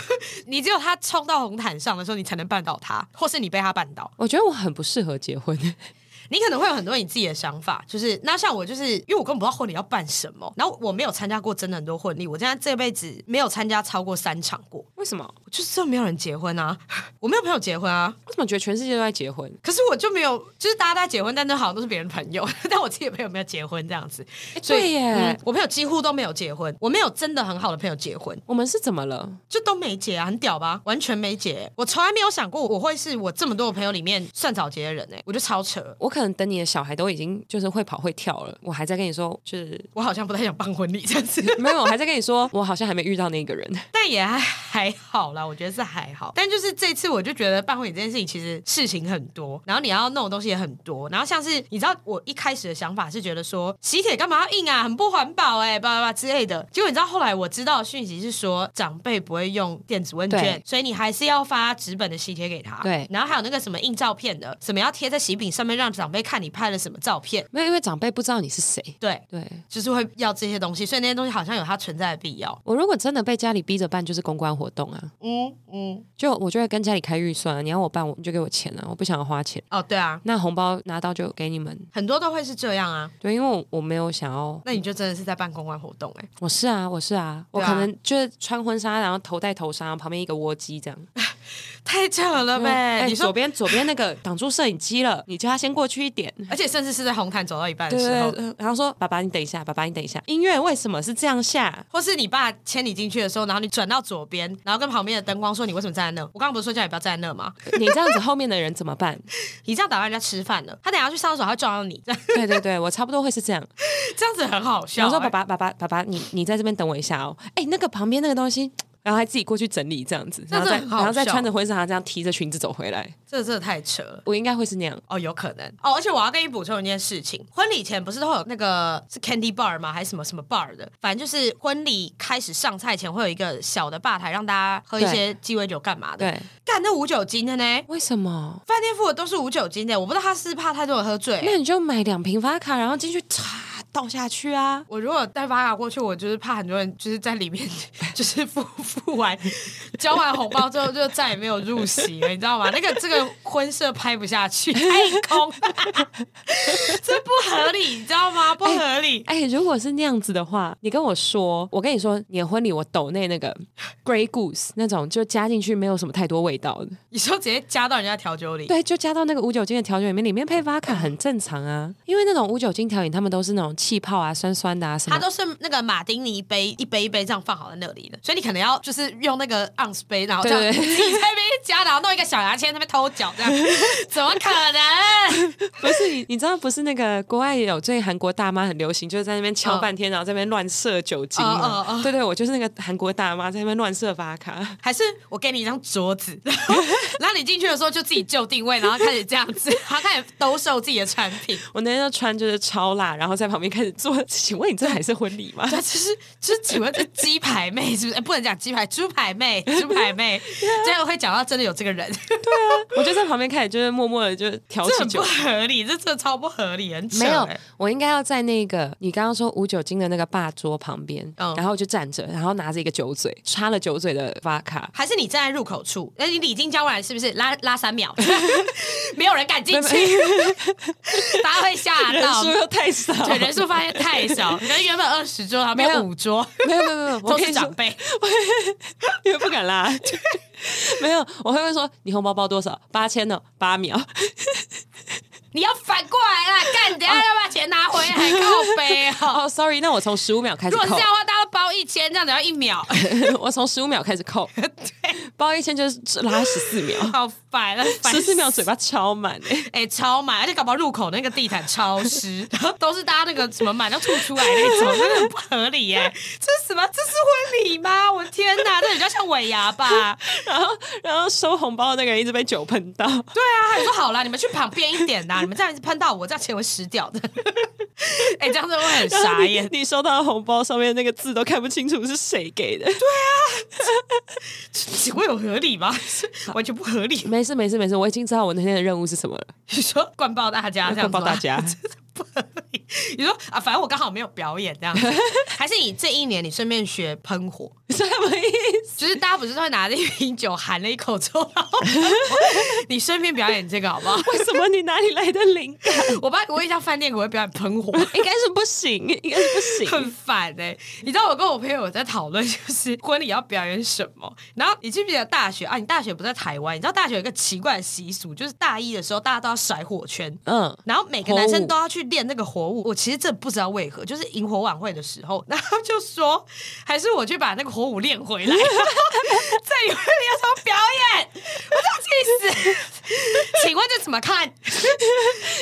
你只有他冲到红毯上的时候，你才能绊倒他，或是你被他绊倒。我觉得我很不适合结婚， 你可能会有很多你自己的想法，就是那像我，就是因为我根本不知道婚礼要办什么，然后我没有参加过真的很多婚礼，我现在这辈子没有参加超过三场过，为什么？我就是真的没有人结婚啊，我没有朋友结婚啊，为什么觉得全世界都在结婚？可是我就没有，就是大家都在结婚，但那好像都是别人朋友， 但我自己的朋友没有结婚这样子，哎，所以对耶，嗯我朋友几乎都没有结婚，我没有真的很好的朋友结婚，我们是怎么了？就都没结啊，很屌吧？完全没结，我从来没有想过我会是我这么多的朋友里面算早结的人哎、我就超扯，我可能等你的小孩都已经就是会跑会跳了，我还在跟你说，就是我好像不太想办婚礼这样子。没有，我还在跟你说，我好像还没遇到那个人。但也还 还好啦，我觉得是还好。但就是这次我就觉得办婚礼这件事情其实事情很多，然后你要弄的东西也很多，然后像是你知道我一开始的想法是觉得说喜帖干嘛要印啊，很不环保哎、叭叭叭之类的。结果你知道后来我知道的讯息是说长辈不会用电子问卷对，所以你还是要发纸本的喜帖给他。对然后还有那个什么印照片的，什么要贴在喜饼上面让长辈看你拍了什么照片。没有，因为长辈不知道你是谁。对，对就是会要这些东西，所以那些东西好像有它存在的必要。我如果真的被家里逼着办，就是公关活动啊，嗯嗯，就我就会跟家里开预算、啊，你要我办，我你就给我钱啊，我不想要花钱。哦对啊，那红包拿到就给你们，很多都会是这样啊。对，因为我我没有想要，那你就真的是在办公关活动哎、我是啊，我是啊，我对啊可能就是穿婚纱，然后头戴头纱，旁边一个窝机这样。太扯了呗！哎你左说，边左边那个 挡住摄影机了，你叫他先过去一点。而且甚至是在红毯走到一半的对时对候，对，然后说爸爸你等一下，爸爸你等一下，音乐为什么是这样下？ 或是你爸牵你进去的时候，然后你转到左边，然后跟旁边的灯光说你为什么站在那？我刚刚不是说叫你不要站在那吗？你这样子后面的人怎么办？你这样打断人家吃饭了，他等一下去上厕所，他会撞到你，这 对样对对，我差不多会是这样。这样子很好然笑、后说哎爸爸爸爸爸爸，你你在这边等我一下哦。哎，那个旁边那个东西。然后还自己过去整理这样子，那然后真的再很好然后再笑穿着婚纱这样提着裙子走回来，这真的太扯了。我应该会是那样。哦，有可能哦，而且我要跟你补充一件事情，婚礼前不是都会有那个是 candy bar 吗？还是什么什么 bar 的？反正就是婚礼开始上菜前会有一个小的吧台，让大家喝一些鸡尾酒干嘛的。对，干那无酒精的呢？为什么？饭店付的都是无酒精的，我不知道他是不是怕太多人喝醉、那你就买两瓶发卡，然后进去擦倒下去啊。我如果带发卡过去，我就是怕很多人就是在里面 就是付付完交完红包之后就再也没有入席了，你知道吗？那个这个婚社拍不下去，太空， 这不合理，你知道吗？不合理。哎、如果是那样子的话，你跟我说，我跟你说，你的婚礼我抖内那个 Grey Goose 那种，就加进去没有什么太多味道的，你说直接加到人家调酒里，对，就加到那个无酒精的调酒里面，里面配 v 卡很正常啊，因为那种无酒精调饮，他们都是那种气泡啊、酸酸的啊什它么。都是那个马丁尼杯一杯一杯这样放好在那里的，所以你可能要就是用那个 ounce 杯，然后这样对自对己在那边加，然后弄一个小牙签在那边偷脚 这样，怎么可能？不是你，你知道不是那个国外有最近韩国大妈很流行，就是在那边敲半天，然后在那边乱射酒精嘛。嗯嗯嗯对对，我就是那个韩国大妈在那边乱射 v 卡。 还是我给你一张桌子，然后然后你进去的时候就自己就定位，然后开始这样子， 然后开始兜售自己的产品。我那天就穿就是超辣，然后在旁边开始做。请问你这还是婚礼 吗？ 对，就是就是，请问这鸡排妹是不是？哎不能讲鸡排，猪排妹，猪排妹， 这样会讲到真的有这个人，我就在旁边开始就是默默的就挑 这起很不酒。合理，这真的超不合理，很扯没有哎， 我应该要在那个你刚刚说无酒精的那个吧桌旁边，嗯然后我就站着，然后拿着一个酒嘴，插了酒嘴的发卡。还是你站在入口处？那你礼金交过来是不是？拉拉三 秒，没有人敢进没去， 大家会吓人到数。又太少，对，人数发现太少，可能原本二十桌，旁边没有五桌 没有没有没有，我都跟是你长讲，辈。因为不敢拉。 没有，我会问说你红包包多少？八千呢？八秒。你要反过来啦，干！等一下要把钱拿回来，靠背哦。哦、s o r r y 那我从十五秒开始如果是扣这，样的话，大家都包一千，这样只要一秒， 我从十五秒开始 扣，包一千就是拉十四秒，好烦啊！烦十四秒死嘴巴超满、欸哎、超满，而且搞不好入口那个地毯超湿，然后都是大家那个什么满到吐出来那种，真的很不合理耶、这是什么？这是婚礼吗？我天哪，这比较像尾牙吧？然后然后收红包的那个人一直被酒喷到， 对啊，还说好啦，你们去旁边一点呐、你们这样一直喷到我，这样钱会湿掉的。哎、这样子会很傻眼。你收到的红包上面那个字都看不清楚是谁给的。对，请问有合理 吗？是完全不合理。没事没事没事，我已经知道我那天的任务是什么了， 你说灌爆大家这样要子吗报大家。里。你说啊，反正我刚好没有表演这样 子，还是你这一年你顺便学喷火，什么意思？就是大家不是都会拿着一瓶酒含了一口之后，然后 你顺便表演这个好不好？为什么你哪里来的灵感？我爸我一家饭店我会表演喷火，应该是不行，应该是不行。很烦哎、你知道我跟我朋友在讨论，就是婚礼要表演什么。然后你记不记得大学啊？你大学不在台湾？你知道大学有一个奇怪的习俗，就是大一的时候大家都要甩火圈。嗯，然后每个男生都要去练那个火舞，我其实这不知道为何，就是萤火晚会的时候，然 后就说还是我去把那个火舞练回来，然 后在你婚礼要上表演，我都气死。 请问这怎么看？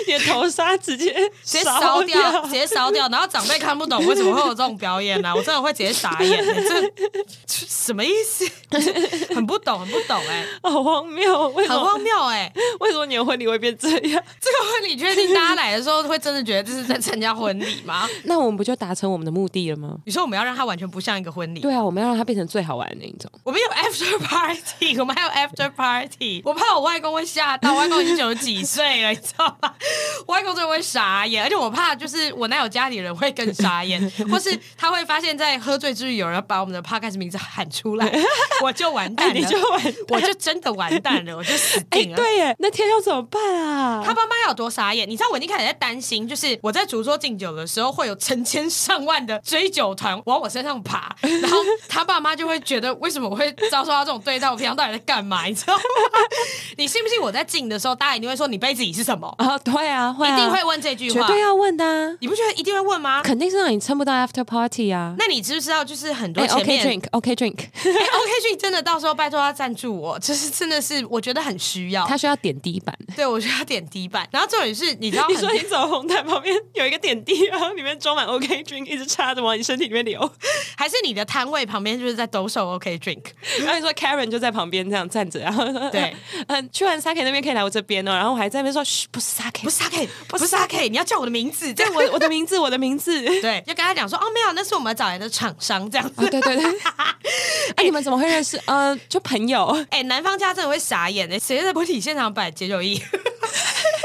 你的头纱直接直接烧烧掉，直接烧掉，然后长辈看不懂为什么会有这种表演啊呢、我真的会直接傻眼、欸这这什么意思？ 很不懂，很不懂哎、好荒谬！为什很么荒谬哎、为什么你的婚礼会变这样？这个婚礼确定大家来的时候会真的觉得这是在参加婚礼吗？那我们不就达成我们的目的了吗？你说我们要让它完全不像一个婚礼，对啊，我们要让它变成最好玩的那一种。我们有 after party，我们 还有 after party。我怕我外公会吓到，我外公已经九十几岁了，你 知道吗？我外公真的会傻眼，而且我怕就是我男友家里人会更 傻眼，或是他会发现，在喝醉之余有人把我们的 podcast 名字喊出 来，我就完蛋哎，了，你就完。我就真的完蛋了，我就死哎、定了。对耶，那天要怎么办啊？他爸妈要有多傻眼？你知道我已经开始在担心，就是我在主桌敬酒的时候，会有成千上万的追酒团往我身上爬，然后他爸妈就会觉得为什么我会遭受到这种对待？我平常到底在干嘛？你知道吗？ 你信不信我在敬的时候，大家一定会说你杯子里是什么？啊，会啊，会一啊，定会问这句绝话，对要问的、啊，你不觉得一定会问吗？肯定是让你撑不到 after party 啊。那你知不知道，就是很多哎、前 o k 面 drink，OK、drink，哎 OK 俊真的到时候拜托他赞助我，就是真的是我觉得很需要他。需要点滴版。对，我觉得他点低板，然后重点是，你知道你很说你走红毯旁边有一个点滴，然后里面装满 OK drink，一直插着往你身体里面流。还是你的摊位旁边就是在兜售 OK drink，然后你说 Karen 就在旁边这样站着，然后说对，嗯，去完 Sake 那边可以来我这边哦。然后我还在那边说，嘘，不是 Sake， 不不是是， Sake，不是 Sake，你要叫我的名字，对这样我我的名字，我的名 字。对，就跟他讲说哦，没有，那是我们找来的厂商这 样啊，子。对对对。 哎，你们怎么会认识？呃，就朋友。哎、男方家真的会傻眼哎、谁在婚礼现场摆解酒衣？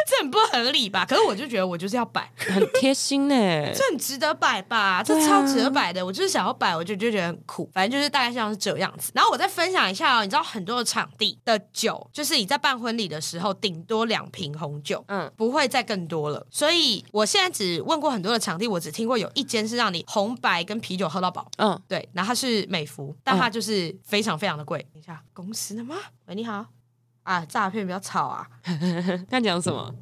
这很不合理吧？可是我就觉得我就是要摆， 很贴心呢、这很值得摆吧？ 这对啊超值得摆的，我就是想要摆，我就就觉得很酷。反正就是大概像是这样子。然后我再分享一下哦，你知道很多的场地的酒，就是你在办婚礼的时候，顶多两瓶红酒，嗯，不会再更多了。所以我现在只问过很多的场地，我只听过有一间是让你红白跟啤酒喝到饱。嗯，对，然后它是美孚，但它就是非常非常的贵。等一下，公司的吗？喂，你好，啊，诈骗比较吵啊。他讲什么？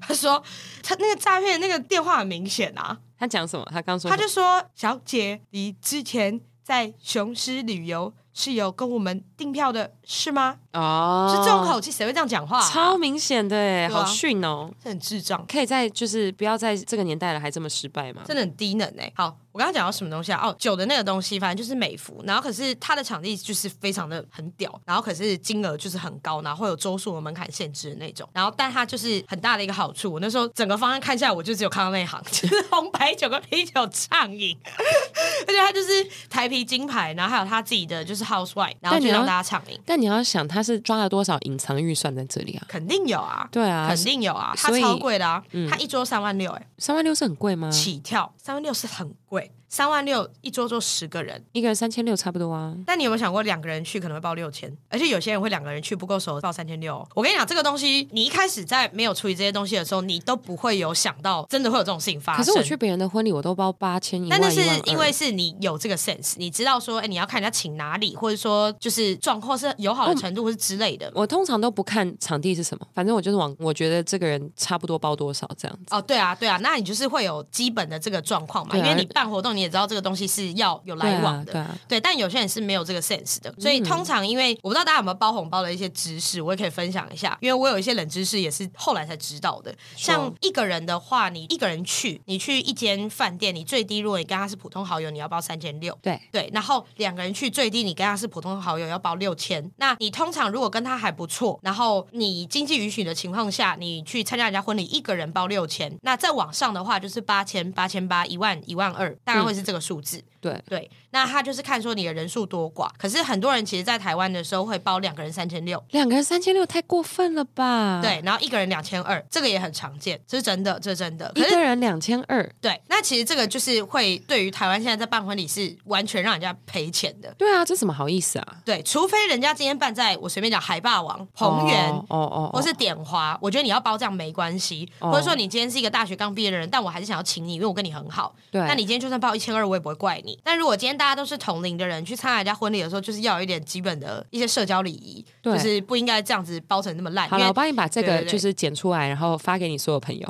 他说他那个诈骗那个电话很明显啊，他讲什么？他刚说他就说小姐，你之前在雄狮旅游是有跟我们订票的是吗？哦，是这种口气，谁会这样讲话、啊？超明显的、欸，对啊好逊哦、这很智障。可以在就是不要在这个年代了还这么失败吗？真的很低能哎、好，我刚刚讲到什么东西啊？哦，酒的那个东西，反正就是美孚，然后可是它的场地就是非常的很屌，然后可是金额就是很高，然后会有周数和门槛限制的那种。然后，但它就是很大的一个好处。我那时候整个方案看下来，我就只有看到那一行， 就是红白酒跟啤酒畅饮， 而且它就是台啤金牌，然后还有他自己的就是 house wine，然后就让大家畅饮，但你要想，他是抓了多少隐藏预算在这里啊？肯定有啊。对啊肯，定有啊，它所以嗯超贵的啊，它一桌三万六哎，三万六是很贵吗？起跳三万六是很贵，三万六一桌坐十个人，一个人三千六差不多啊。但你有没有想过，两个人去可能会报六千，而且有些人会两个人去不够熟报三千六。我跟你讲，这个东西你一开始在没有处理这些东西的时候，你都不会有想到真的会有这种事情发可生。是我去别人的婚礼，我都包八千一但万那一是万二因为是你有这个 sense，你知道说，哎、你要看人家请哪里，或者说就是状况是友好的程度，或是之类的。我通常都不看场地是什么，反正我就是往我觉得这个人差不多包多少这样子。哦，对啊，对啊，那你就是会有基本的这个状况嘛，对因啊为你办活动，你也知道这个东西是要有来往的，对啊对啊对。但有些人是没有这个 sense 的，所以通常因为我不知道大家有没有包红包的一些知识，我也可以分享一下，因为我有一些冷知识也是后来才知道的。像一个人的话，你一个人去，你去一间饭店，你最低如果你跟他是普通好友，你要包三千六，对，啊对，然后两个人去最低，你跟他是普通好友要包六千。那你通常如果跟他还不错，然后你经济允许的情况下，你去参加人家婚礼，一个人包六千。那再往上的话就是八千、八千八、一万、一万二，大概会会是这个数字。对对，那他就是看说你的人数多寡。可是很多人其实，在台湾的时候会包两个人三千六，两个人三千六太过分了吧？，对，然后一个人两千二，这个也很常见，这是真的，这是真的。可一是个人两千二。对，那其实这个就是会对于台湾现在在办婚礼是完全让人家赔钱的。对啊，这怎么好意思啊？对，除非人家今天办在我随便讲海霸王、彭源。哦哦哦，或是点花，我觉得你要包这样没关系，哦或者说你今天是一个大学刚毕业的人，但我还是想要请你，因为我跟你很好。对，那你今天就算报一千二，我也不会怪你。但如果今天大家都是同龄的人去参加人家婚礼的时候，就是要有一点基本的一些社交礼仪，对就是不应该这样子包成那么烂。好因了，我为帮你把这对个对对就是剪出来，然后发给你所有朋 友。。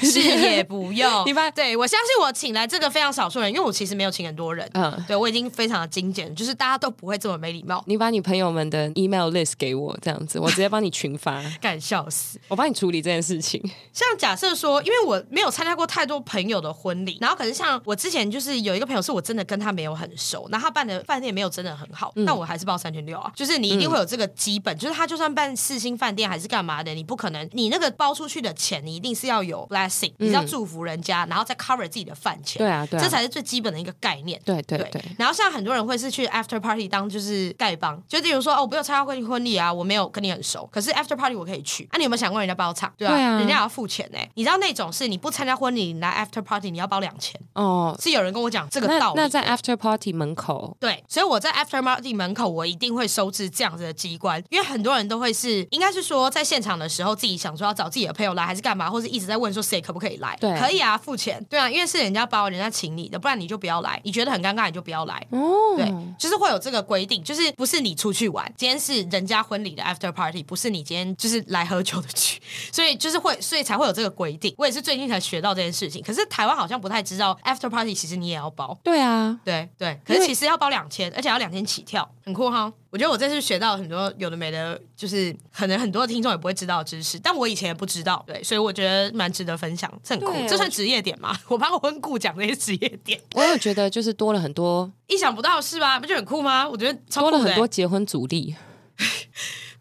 是也不用 你把对我相信我请来这个非常少数人，因为我其实没有请很多人。嗯，对，我已经非常的精简，就是大家都不会这么没礼貌，你把你朋友们的 email list 给我，这样子，我直接帮你群 发，干笑死。我帮你处理这件事 情。像假设说，因为我没有参加过太多朋友的婚礼，然后可是像我之前就是有一个朋友是我真的跟他没有很熟，然后他办的饭店没有真的很嗯好，但我还是报三千六啊。就是你一定会有这个基本，就是他就算办四星饭店还是干嘛的，你不可能你那个包出去的钱，你一定是要有 blessing，你是要祝福人家，然后再 cover 自己的饭嗯钱。对啊对啊这才是最基本的一个概念。对对对对，然后像很多人会是去 after party 当就是丐帮，就例如说哦，我没有参加过你婚礼啊，我没有跟你很熟，可是 after party 我可以去。啊，你有没有想过人家包场？对啊，对啊人家也要付钱呢、你知道那种是你不参加婚礼，你来 after party 你要包两千，哦，是有人跟我讲这个那道理。那在 after party 门口，对，所以我在 After Party 门口，我一定会收置这样子的机关，因为很多人都会是，应该是说在现场的时候，自己想说要找自己的朋友来，还是干嘛，或是一直在问说谁可不可以来？对可以啊，付钱。对啊，因为是人家包，人家请你的，不然你就不要来，你觉得很尴尬你就不要来。哦，对，就是会有这个规定，就是不是你出去玩，今天是人家婚礼的 after party，不是你今天就是来喝酒的去，所以就是会，所以才会有这个规定。我也是最近才学到这件事情，可是台湾好像不太知道 after party 其实你也要包，对啊，对对，可因为是其实要包两千，而且要两千起跳，很酷哈。我觉得我这次学到很多有的没的，就是可能很多听众也不会知道的知识，但我以前也不知道，对，所以我觉得蛮值得分享，这很酷对，这算职业点吗？ 我帮我婚顾讲这些职业点，我有觉得就是多了很多，意想不到的是吧？不就很酷吗？我觉得超多酷的、欸了很多结婚阻力。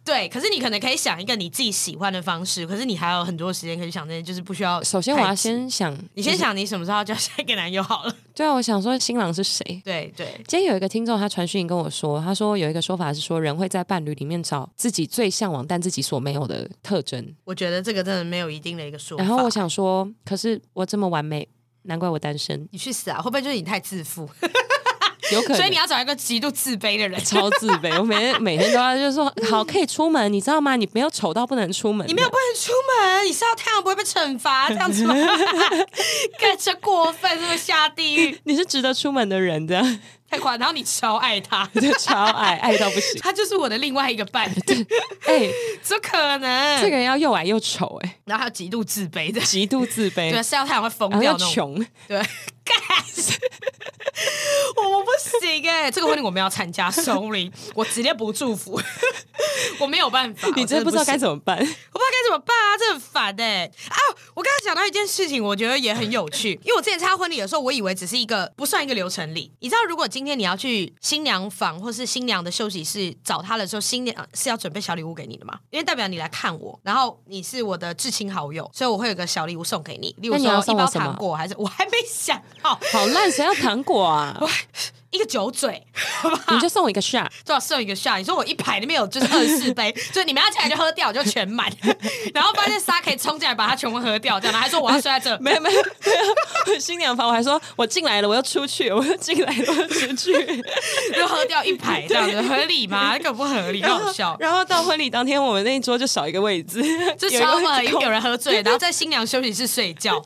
对，可是你可能可以想一个你自己喜欢的方式，可是你还有很多时间可以想这些，就是不需要。首先我要，先想，你先想你什么时候要交下一个男友好了。 对啊，我想说新郎是谁？对对，今天有一个听众，他传讯跟我说，他说有一个说法是说，人会在伴侣里面找自己最向往但自己所没有的特征。我觉得这个真的没有一定的一个说法。然后我想说，可是我这么完美，难怪我单 身，你去死啊！会不会就是你太自负，有可能。？所以你要找一个极度自卑的人 超自卑，我每天每天都要就说好可以出门，你知道吗？你没有丑到不能出门，你没有不能出门，你晒到太阳不会被惩罚，这样 子吗？干这过分，是不是下地狱？你是值得出门的人，这样太夸张！然后你超爱他，就超爱爱到不行。他就是我的另外一个伴， 哎、怎么可能？这个人要又矮又丑、哎，然后还有极度自卑的，极度自卑，对，啊晒到太阳会疯然后掉又那种。穷，对，干， 我我不行哎、这个婚礼我们要参加，sorry，我直接不祝福， 我没有办法，你真我真的的不知道该么，怎么办。我不知道该怎么办啊，这很烦哎、啊！我刚才想到一件事情，我觉得也很有 趣，因为我之前参加婚礼的时候，我以为只是一个不算一个流程礼，你知道，如果今天你要去新娘房或是新娘的休息室找她的时候，新娘是要准备小礼物给你的嘛，因为代表你来看我，然后你是我的至亲好友，所以我会有个小礼物送给你，例如那你要说送一我包什么糖果，还是我还没想好。好烂，谁要糖果啊？一个酒嘴，好不好？你就送我一个 shot，多少剩一个下？你说我一排里面有就是二十 四杯，所以你们要进来就喝掉，我就全满。 然后发现沙可以冲进来把它全部喝掉，这样，然后还说我要睡在这。没有没有没有，我新娘房我还说我进来了，我又出去，我又进来了，我又出 去。就喝掉一排这样子，合理吗？根本不合理，好笑。然后到婚礼当天，我们那一桌就少一个位置，就有一个超不合理，空有人喝醉，然后在新娘休息室睡 觉，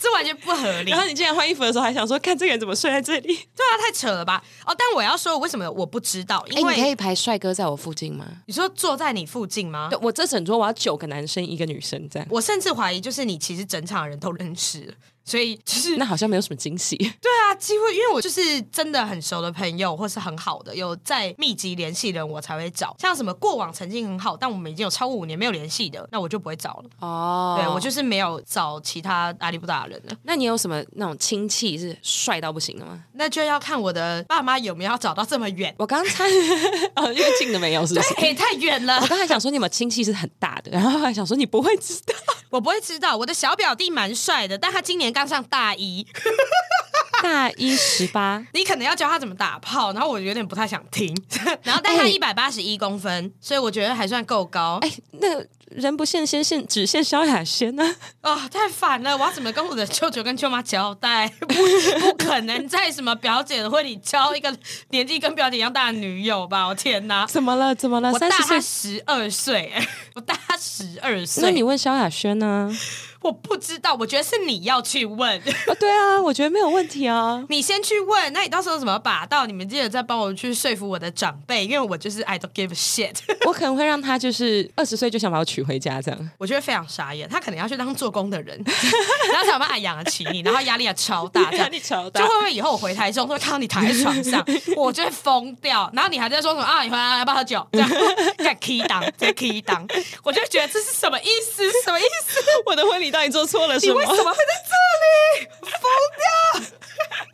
这完全不合理。然后你竟然换衣服的时候还想说，看这个人怎么睡在这里？对啊，太扯了吧？哦，但我要说，为什么我不知道？因哎你可为以排帅哥在我附近吗？你说坐在你附近吗？对我这整桌我要九个男生一个女生这样，我甚至怀疑，就是你其实整场人都认识了，所以就是那好像没有什么惊喜。对啊，几乎因为我就是真的很熟的朋友，或是很好的有在密集联系的人，我才会找。像什么过往曾经很好，但我们已经有超过五年没有联系的，那我就不会找了。哦对我就是没有找其他阿里不达的人了，那你有什么那种亲戚是帅到不行的吗？那就要看我的爸妈有没有要找到这么 远。我刚才哦，因为近的没有，是不是？哎、太远了我，刚才想说你们亲戚是很大的，然后还想说你不会知道，我不会知道。我的小表弟蛮帅的，但他今年刚上大一，大一十八，你可能要教他怎么打炮，然后我有点不太想 听。然后，但他哎一百八十一公分，所以我觉得还算够高。哎，那个人不限先限只限萧亚轩啊呢、哦，太烦了！我要怎么跟我的舅舅跟舅妈交代？ 不，不可能在什么表姐的婚礼交一个年纪跟表姐一样大的女友吧？我天 哪！怎么了？怎么了？我大 三十岁。他十二岁，哎我大他十二岁。那你问萧亚轩呢、我不知道，我觉得是你要去问， 哦？对啊，我觉得没有问题啊。你先去问。那你到时候怎么把到？你们记得再帮我去说服我的长辈，因为我就是 I don't give a shit。 我可能会让他就是二十岁就想把我娶回家这样。我觉得非常傻眼，他可能要去当做工的人， 然后才有办法养得起你，然后压力也超大，这样力超就会不会以后我回台中都会看到你躺在床 上，我就会疯掉。然后你还在说什么啊？你回来要不要喝酒？这样在 key 档，在 key 档，我就觉得这是什么意思？什么意思？我的婚礼到底做错了你为什么会在这里？我疯掉！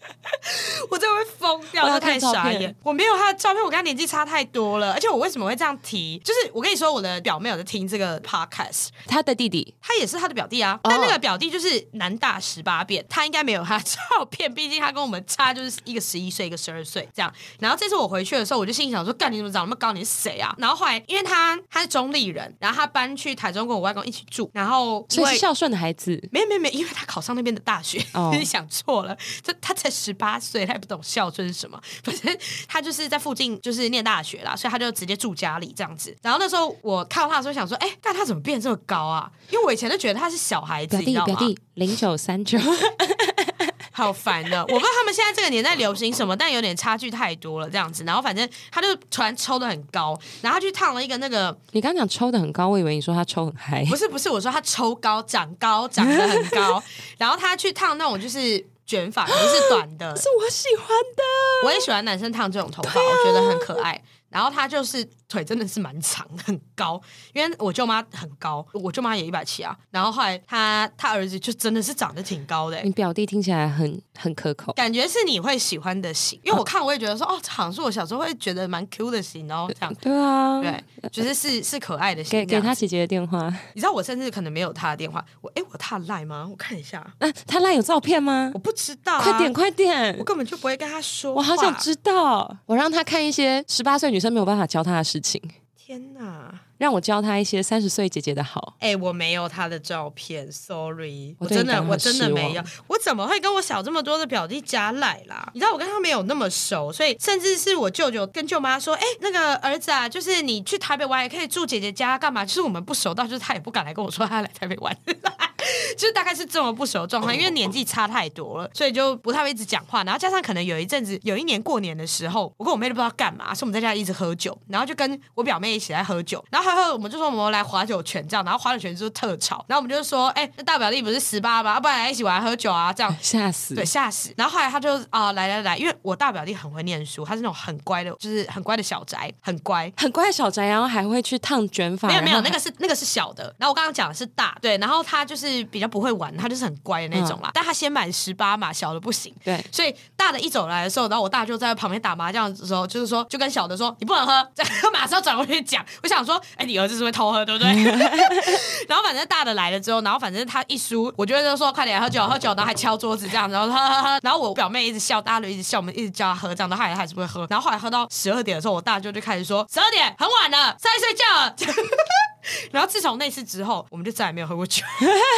我真的会疯掉，我要这太看照傻片眼。我没有他的照片，我跟他年纪差太多了。而且我为什么会这样提？就是我跟你说，我的表妹有在听这个 podcast，他的弟弟他也是他的表弟啊，哦但那个表弟就是南大十八变，他应该没有他的照片，毕竟他跟我们差就是一个十一岁，一个十二岁这样。然后这次我回去的时候，我就心里想说，干你怎么长那么高？你是谁啊？然后后来因为他他是中立人，然后他搬去台中跟我外公一起住，然后因所以为是孝顺的孩子。没有没有没有，因为他考上那边的大学，哦 你想错了，这他才十八岁，他也不懂孝顺是什么。 反正他就是在附近就是念大学啦，所以他就直接住家里这样子。然后那时候我看到他的时候想说，哎、但他怎么变这么高啊？因为我以前就觉得他是小孩子，表你弟知道表吗？弟 零九三九，好烦的，我不知道他们现在这个年代流行什么，但有点差距太多了这样子。然后反正他就突然抽的很高，然后他去烫了一个那个你刚刚讲抽的很高，我以为你说他抽很嗨。不是不是，我说他抽高长高长得很 高，然后他去烫那种就是卷发，可能是短的。是我喜欢的，我也喜欢男生烫这种头发，啊我觉得很可爱。然后他就是腿真的是蛮长很高，因为我舅妈很高，我舅妈也一百七啊。然后后来他他儿子就真的是长得挺高的、欸你表弟听起来很很可口。感觉是你会喜欢的型，啊因为我看我也觉得说哦，这好像是我小时候会觉得蛮 Q 的型，然后这样对啊，对，就是是是可爱的型给这给样他子。姐姐的电话。你知道我甚至可能没有他的电话，我哎我有他赖吗？我看一下，那、啊他那有照片吗我？不知道、啊，快点，快我点！根本就不会跟他说我好想话知道。我让他看一些十八岁女生没有办法教他的事情，天哪！让我教他一些三十岁姐姐的好。哎、我没有他的照片，sorry，我我对真你的感到我很真的失没有望，我怎么会跟我小这么多的表弟加赖啦？你知道我跟他没有那么熟，所以甚至是我舅舅跟舅妈说，哎、那个儿子啊，就是你去台北玩也可以住姐姐家干嘛？就是我们不熟到，就是他也不敢来跟我说他来台北玩。就是大概是这么不熟的状况，因为年纪差太多了，所以就不太会一直讲话。然后加上可能有一阵子，有一年过年的时候，我跟我妹都不知道干嘛，所以我们在家一直喝酒，然后就跟我表妹一起来喝酒，然后还喝我们就说我们来划酒泉这样，然后划酒泉就是特吵，然后我们就说，哎、那大表弟不是十八吗？要不然来一起玩喝酒啊这样。吓死！对，吓死！然后后来他就啊、来来来，因为我大表弟很会念书，他是那种很乖的，就是很乖的小宅，很乖。很乖的小宅，然后还会去烫卷发。没有没有，然后那个是那个是小的。然后我刚刚讲的是大，对，然后他就是比较不会玩，他就是很乖的那种嗯啦。但他先买十八嘛，小的不行。对所以大的一走来的时候，然后我大舅在旁边打麻将的时候，就是说就跟小的说你不能喝， 这样马上转过去讲。我想说，哎、你儿子是不是偷喝，对不 对？然后反正大的来了之后，然后反正他一输，我就会就说快点喝酒喝酒，然后还敲桌子这样，然后喝喝喝。然后我表妹一直笑，大家都一直笑，我们一直叫她喝，这样，然后她也还是不会喝。然后后来喝到十二点的时候，我大舅就开始说十二点很晚了，该睡觉了。 然后自从那次之后，我们就再也没有喝过酒。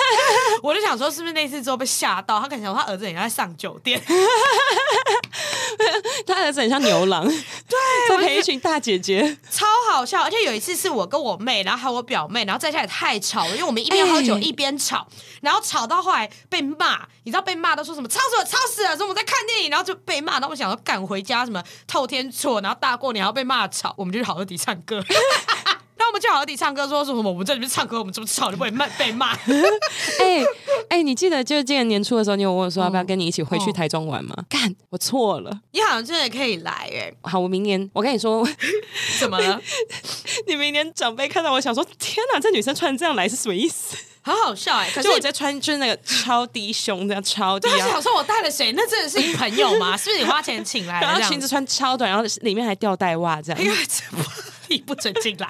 我就想说，是不是那次之后被吓到？他可能想说他儿子也在上酒店，他儿子很像牛 郎，对，在陪一群大姐姐。超好笑。而且有一次是我跟我妹，然后还有我表妹，然后在家里太吵了，因为我们一边喝酒哎一边吵，然后吵到后来被骂，你知道被骂都说什么吵死了，吵死了，说我们在看电影，然后就被骂。然后我想要赶回家，什么透天错，然后大过年还要被骂吵，我们就去好乐迪唱 歌。然后我们去好乐迪唱歌，说什么我们在里面唱歌，我们这么吵就不会骂被骂。哎哎，你记得就是今年年初的时候，你有问我哦说要不要跟你一起回去台中玩吗？干，我错了。你好像真的可以来哎、好，我明年我跟你说， 怎么了？你明年长辈看到我想说，天哪，这女生穿这样来是什么意思？ 好好笑哎、可是就我在穿就是那个超低胸这样超低对，他啊。想说我带了谁？那真的是你朋 友吗？是不是你花钱请来的？然这后样 哎裙子穿超短，然后里面还吊带袜，这样因为这不弟不准进 来，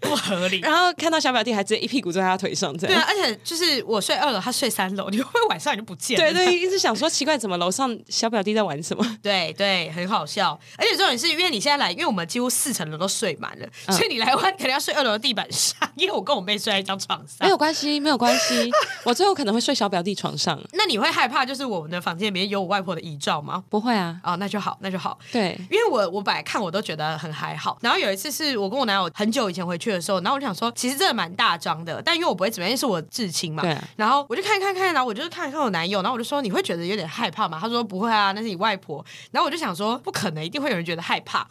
不合理。然后看到小表弟还直接一屁股坐在他腿上，这对样。啊，而且就是我睡二楼，他睡三楼，你会不会晚上你就不见了？对对，一直想说奇怪，怎么楼上小表弟在玩 什么？对对，很好笑。而且重点是因为你现在来，因为我们几乎四层楼都睡满了，所以你来的话，你可能要睡二楼的地板上，因为我跟我妹睡在一张床上没。有关系，没有关系，我最后可能会睡小表弟床上，那你会害怕，就是我们的房间里面有我外婆的遗照吗？不会啊。哦，那就好，那就好。对，因为我我本来看我都觉得很还好，然后有一次是我跟我男友很久以前回去的时候，然后我就想说，其实真的蛮大张的，但因为我不会怎么样，因为是我至亲嘛，对啊然后我就看看看，然后我就看看我男友，然后我就说你会觉得有点害怕吗？他说不会啊，那是你外婆。然后我就想说，不可能，一定会有人觉得害怕。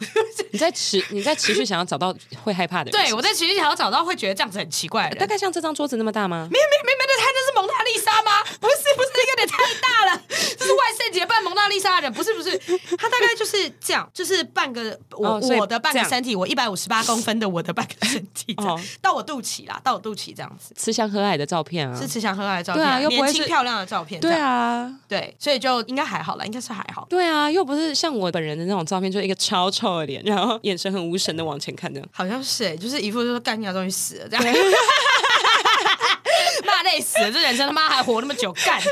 你在 持你在持续想要找到会害怕的人。对 我在其实想要找到会觉得这样子很奇怪的大人。概像这张桌子那么大吗？没没没没，那他那是蒙娜丽莎吗？不是不是，有点太大了。这是万圣节扮蒙娜丽莎的人，不是不是，他大概就是这样，就是半个我、哦所以我的半这个样身体，我一百五十八公分的我的半个身体这样，哦到我肚脐啦，到我肚脐这样子，慈祥和蔼的照片啊是，慈祥和蔼的照对片，啊又不会年是轻漂亮的照片，对这样啊，对，所以就应该还好啦，应该是还好。对啊，又不是像我本人的那种照片，就是一个超臭的脸，然后眼神很无神的往前看这样。好像是哎、就是一副就是干掉终于死了这样。 骂累死了，这人生他妈还活那么久，干！我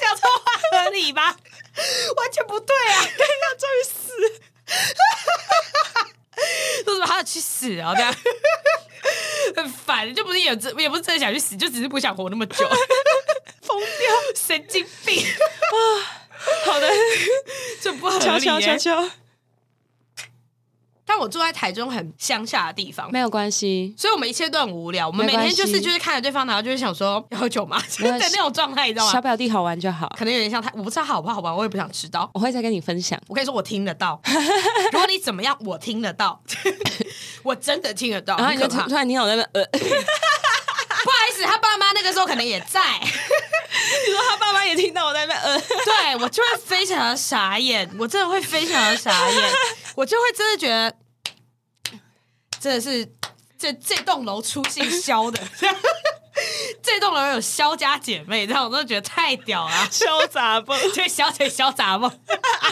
讲这话合理吧？完全不对啊！干掉终于死，说什么还要去死啊？这样很烦，就不是也真也不是真的想去死，就只是不想活那么久， 疯掉，神经病，好的，这不合理、悄欸。悄悄悄，但我住在台中很乡下的地方，没有关系。所以我们一切都很无聊。我们没每关天系就是就是看着对方，然后就是想说要喝酒吗？就是没 的关系那种状态，你知道小吗？表弟好玩就好，可能有点像他，我不知道好不好玩，我也不想知道。我会再跟你分享。我跟你说，我听得 到。如果你怎么样，我听得到， 我真的听得到。然后哦很你啊可就怕。突 然你脑袋呃，不好意思，他爸妈那个时候可能也在，你说他爸妈也听到我在那边呃， 对我就会非常的傻眼，我真的会非常的傻眼，我就会真的觉得，真的是这这栋楼出姓肖的。 这栋楼有肖家姐妹，这样我都觉得太屌了、潇洒不？对，小姐小杂梦。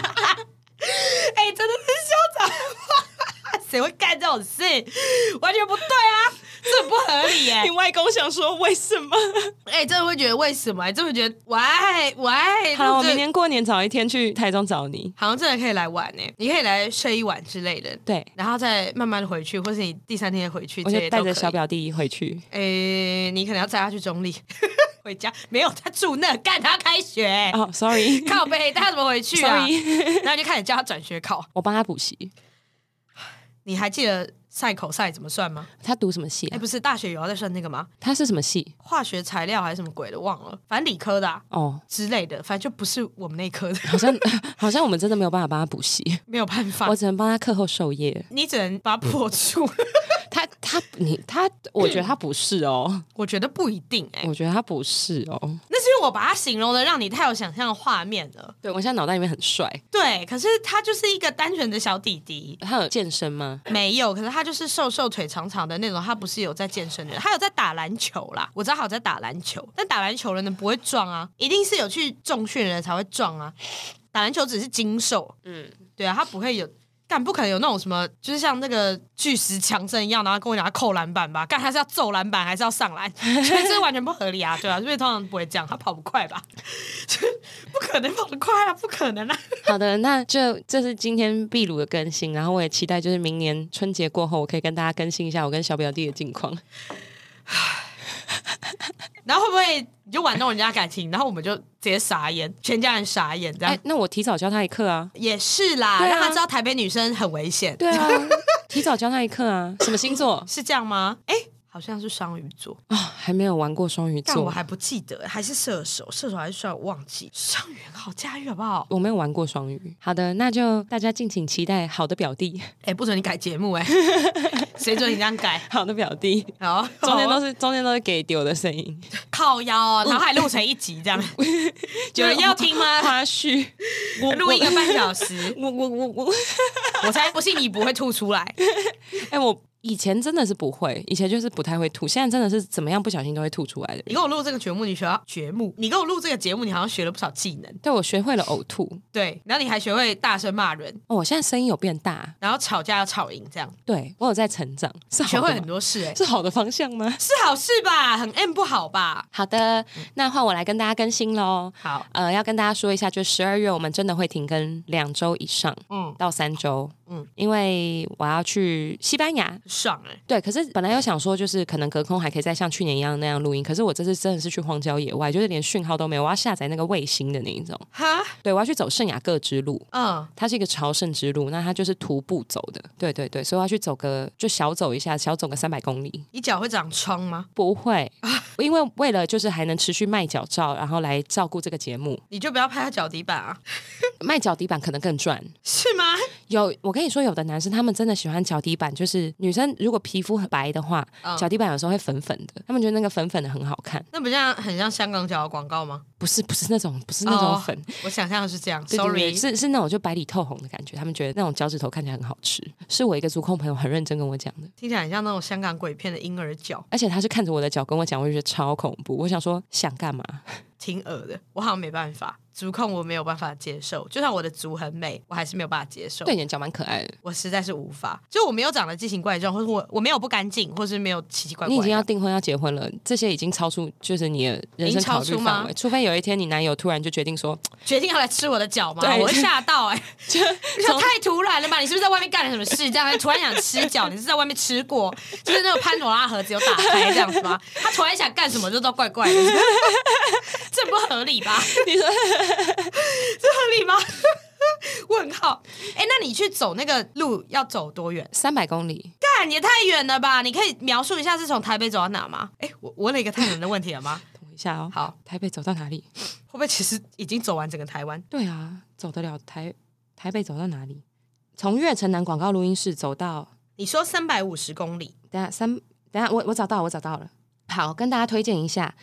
哎、真的是潇洒，啊谁会干这种事？完全不对啊，这很不合理耶、 你外公想说为什么？哎、真的会觉得为什么、真的会觉得喂喂，好，我这明年过年早一天去台中找你。好像真的可以来玩呢、欸你可以来睡一晚之类的，对，然后再慢慢的回去，或是你第三天回去，我这就也带都着可以小表弟回去。哎、你可能要载他去中立 回家，没有他住那， 干他开学、哦，sorry、s o r r y 靠背，他怎么回 去啊？ 然后就开始叫他转学考，我帮他补习。你还记得赛口赛怎么 算吗？他读什么系、哎、啊？不是，大学有要再算那个吗？他是什么系？化学材料还是什么鬼的，忘了，反正理科的、啊、哦，之类的，反正就不是我们那科的， 好像 好像我们真的没有办法帮他补习，没有办法我，只能帮他课后授业。你只能把它破除。 他他你他，我觉得他不是哦，我觉得不一定哎、我觉得他不是哦。那是因为我把它形容的让你太有想象的画面了。对我现在脑袋里面很帅。对，可是他就是一个单纯的小弟弟。他有健身吗？没有，可是他就是瘦瘦腿长长的那种，他不是有在健身的人，他有在打篮球啦。我知道他有在打篮球，但打篮球的人不会撞啊，一定是有去重训的人才会撞啊。打篮球只是精瘦，嗯，对啊，他不会有。干不可能有那种什么，就是像那个巨石强森一样，然后跟我讲他扣篮板吧，干他是要揍篮板还是要上篮？ 所以这完全不合理啊，对啊，所以通常不会这样，他跑不快吧？ 不可能跑得快啊，不可能啊！好的，那就这是今天秘鲁的更新，然后我也期待就是明年春节过后，我可以跟大家更新一下我跟小表弟的近况。然后会不会你就玩弄人家感情，然后我们就直接傻眼，全家人傻眼这样？哎，那我提早教他一课啊。也是啦，对啊让他知道台北女生很危险，对啊， 提早教他一课啊。什么星座？是这样吗？哎、好像是双鱼座，啊、还没有玩过双鱼但座，我还不记得，还是射手，射手还是双鱼，我忘记。双鱼很好驾驭，好不好？我没有玩过双鱼。好的，那就大家敬请期待好的表弟， 哎、不准你改节目、 哎，谁准你这样改？好的表弟，好，中间都是中间都是给丢的声音，靠腰哦，然后还录成一集 这样，有人要听 吗？ 花絮，录一个半小时，我我我我，我才不信你不会吐出来。哎、我以前真的是不会，以前就是不太会吐，现在真的是怎么样不小心都会吐出来的人。你跟我录这个节目，你学到节目，你跟我录这个节目，你好像学了不少技能，对我学会了呕吐，对，然后你还学会大声骂人，哦，我现在声音有变大，然后吵架要吵赢，这样对我有在成长，是好学的会吗很多事、哎，是好的方向吗？是好事吧？很 M 不好吧？好的，那换我来跟大家更新喽。好，呃，要跟大家说一下，就十二月我们真的会停更两周以上嗯，到三周，嗯嗯，因为我要去西班牙。爽哎、对，可是本来又想说，就是可能隔空还可以再像去年一样那样录音，可是我这次真的是去荒郊野外，就是连讯号都没有，我要下载那个卫星的那一种，哈，对我要去走圣雅各之路。嗯，它是一个朝圣之路，那它就是徒步走的，对对对，所以我要去走个就小走一下，小走个三百公里，你脚会长疮吗？不会，因为为了就是还能持续卖脚照，然后来照顾这个节目，你就不要拍他脚底板啊，卖脚底板可能更赚。 是吗？有我跟你说，有的男生他们真的喜欢脚底板，就是女生如果皮肤很白的话，嗯脚底板有时候会粉粉的，他们觉得那个粉粉的很好看，那不像很像香港脚的广告吗？不是不是那种不是那种哦粉。我想象的是这样对对对，sorry，是是那种就白里透红的感觉，他们觉得那种脚趾头看起来很好吃，是我一个足控朋友很认真跟我讲的，听起来很像那种香港鬼片的婴儿脚，而且他是看着我的脚跟我讲，我就觉得超恐怖，我想说想干嘛？挺恶的。我好像没办法，足控我没有办法接受，就算我的足很美，我还是没有办法接受。对，你的脚蛮可爱的，我实在是无法，就我没有长得畸形怪状，或者我我没有不干净，或是没有奇奇怪你已怪经要的。订婚要结婚了，这些已经超出就是你的人已生经超考出虑吗范围，除非有一天你男友突然就决 定说，决定要来吃我的脚吗？对我会吓到 哎、就你说太突然了吧？你是不是在外面干了什么事？这样突然想吃脚，你是在外面吃过， 就是那个潘朵拉盒子有打开这样子 吗？他突然想干什么，就都怪怪的， 这不合理吧？你说这合理吗？ 问号，哎、那你去走那个路要走多远？三百公里，干也太远了吧？你可以描述一下是从台北走到哪吗？哎、我我问了一个太难的问题了 吗？等一下哦。好，台北走到哪里？会不会其实已经走完整个台湾？对啊，走得了台台北走到哪里？从月城南广告录音室走到，你说三百五十公里，等下三，等下我我找到了我找到了。好，跟大家推荐一下，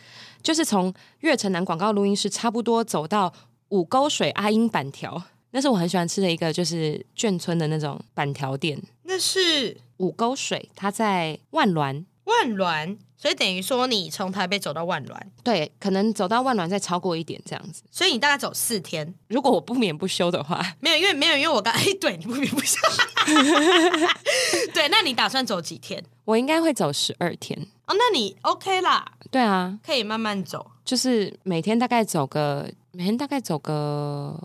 就是从月城南广告录音室差不多走到五沟水阿英板条，那是我很喜欢吃的一个，就是眷村的那种板条店。那是五沟水，它在万峦，万峦，所以等于说你从台北走到万峦，对，可能走到万峦再超过一点这样子。所以你大概走四天。如果我不眠不休的话，没有，因为没有，因为我刚哎， 对你不明不相。 对，那你打算走几天？我应该会走十二天。哦，那你 OK 啦，对啊，可以慢慢走。就是每天大概走个，每天大概走个，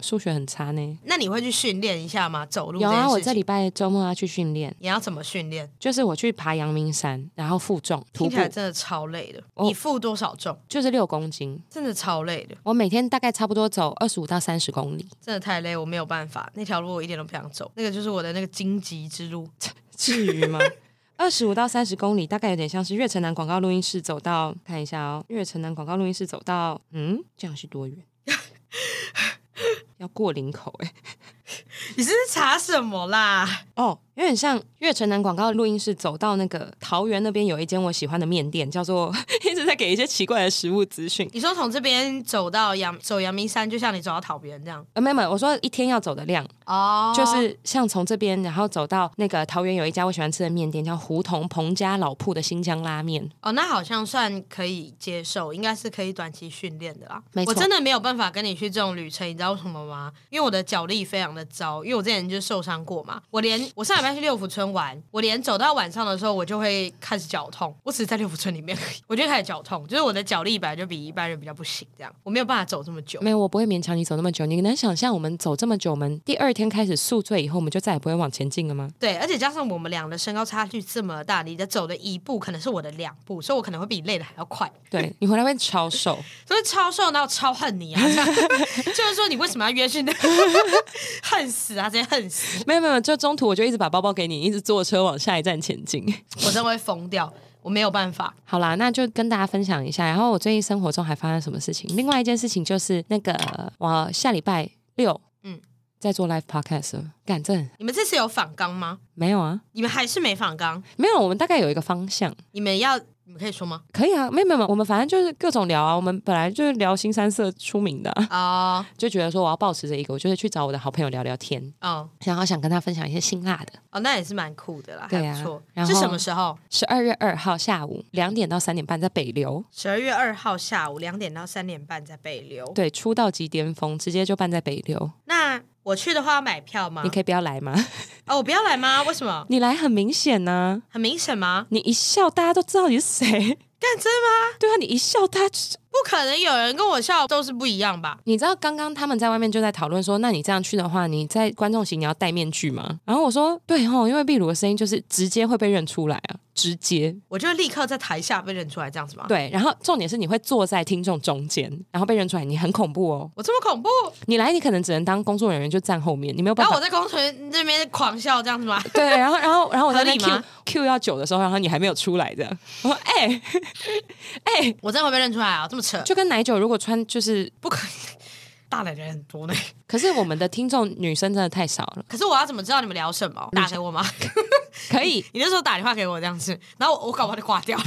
数学很差呢。那你会去训练一下吗？走路有件啊，事我这情礼拜周末要去训练，你要怎么训练？就是我去爬阳明山，然后负重徒听步起，来真的超累的。哦你负多少重？就是六公斤。真的超累的，我每天大概差不多走二十五到三十公里，真的太累，我没有办法。那条路我一点都不想走，那个就是我的那个荆棘之路。 至于吗？ 二十五到三十公里，大概有点像是月城南广告录音室走到，看一下哦，月城南广告录音室走到，嗯，这样是多 远？要过林口哎、你是不是查什么啦？哦，有点像月城南广告录音室走到那个桃园那边有一间我喜欢的面店，叫做 一直在给一些奇怪的食物资讯。你说从这边走到阳走阳明山，就像你走到桃园这样呃，没有没有，我说一天要走的量，哦就是像从这边然后走到那个桃园有一家我喜欢吃的面店，叫胡同彭家老铺的新疆拉面。哦，那好像算可以接受，应该是可以短期训练的啦。没错我真的没有办法跟你去这种旅程，你知道为什么吗？因为我的脚力非常的糟，因为我之前就受伤过嘛。我连我上礼拜去六福村玩，我连走到晚上的时候，我就会开始脚痛。我只是在六福村里面而已，我就开始脚痛，就是我的脚力本来就比一般人比较不行，这样我没有办法走这么久。没有，我不会勉强你走那么久。你能想象我们走这么久，我们第二天开始宿醉以后，我们就再也不会往前进了吗？对，而且加上我们俩的身高差距这么大，你的走的一步可能是我的两步，所以我可能会比你累的还要快。 对你回来会超瘦，所以超瘦，然后超恨你啊！这样 就是说，你为什么要约去那？ 恨死啊！直接恨死！没有没有，就中途我就一直把包包给你，一直坐车往下一站前进。我真的会疯掉，我没有办法。好啦，那就跟大家分享一下。然后我最近生活中还发生什么事情？另外一件事情就是那个，我下礼拜六，嗯嗯，在做 live podcast 了，干这很你们这次有访纲吗？没有啊，你们还是没访纲？没有，我们大概有一个方向。你们要你们可以说吗？可以啊，没有没有，没有我们反正就是各种聊啊。我们本来就是聊新三色出名的啊、哦就觉得说我要保持着一个，我就是去找我的好朋友聊聊天，哦然后想跟他分享一些辛辣的。哦，那也是蛮酷的啦，对还啊不错。然后是什么时候？十二月二号下午两点到三点半在北流，十二月二号下午两点到三点半在北流。对，出道即巅峰，直接就办在北流。那我去的话要买票吗你？可以不要来吗？哦，我不要来吗？为什么？你来很明显啊呢、很明显吗？你一笑大家都知道你是谁。 干真的吗？对啊，你一笑大家就是不可能有人跟我笑都是不一样吧？你知道刚刚他们在外面就在讨论说，那你这样去的话，你在观众席你要戴面具吗？然后我说，对哦，因为壁炉的声音就是直接会被认出来啊，直接我就立刻在台下被认出来，这样子吗？，对。然后重点是你会坐在听众中间，然后被认出来，你很恐怖哦。我这么恐怖，你来，你可能只能当工作人员，就站后面，你没有办然后我法。在公存那边狂笑，这样子 吗？对，然后然后然后我在那合理吗 Q Q 要九的时候，然后你还没有出来，这样我说哎哎、我真的会被认出来啊！这么扯，就跟奶酒如果穿就是，不可大奶人很多呢。 可是我们的听众女生真的太少了，可是我要怎么知道你们聊什么？嗯打给我吗？ 可以你那时候打电话给我这样子，然后我我搞不好就 挂掉，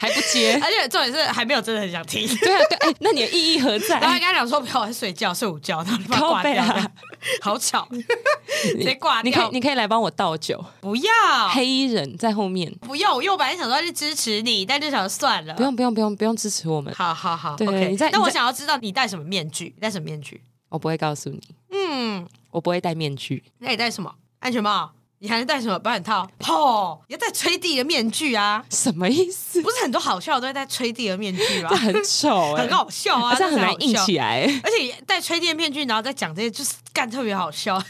还不接？而且重点是还没有真的很想 听。对啊对，哎、那你的意义何在？然后还跟他讲说不要，我在睡觉，睡午觉，然后就把它挂靠背掉啊了， 好 巧，直接挂你可以掉。你可以来帮我倒酒，不要，黑衣人在后面，不要，我又本来想说要去支持你，但就想说算了，不用不用不用不用支持我们，好好好，对 o k 你在但你我在想要知道你戴什么面具？你戴什么面具？我不会告诉你，嗯，我不会戴面具，那你戴什么？安全帽？你还能戴什么保险套？吼、你要戴吹地的面具啊！什么意思？不是很多好笑的都会戴吹地的面具吗这？很丑哎、 很好笑啊，啊 这样很真的难硬好笑起来、欸 而且戴吹地的面具，然后再讲这些，就是干特别好笑。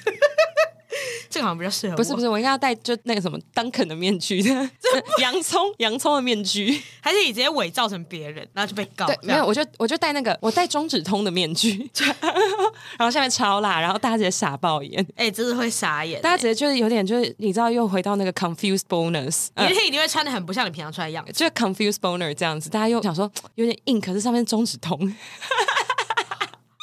这个好像比较适合我。不是不是，是，我应该要戴就那个什么 Duncan 的面具，洋葱洋葱的面具。还是你直接伪造成别人，然后就被告。对，这没样有，我就我就戴那个我戴中指通的面具， 然后下面超辣，然后大家直接傻爆眼，哎、真的会傻眼、大家直接就是有点就是你知道又回到那个 confused bonus，、欸你呃一、定一定会穿的很不像你平常穿的样子。就是 confused boner 这样子，大家又想说嘖有点硬，可是上面中指通，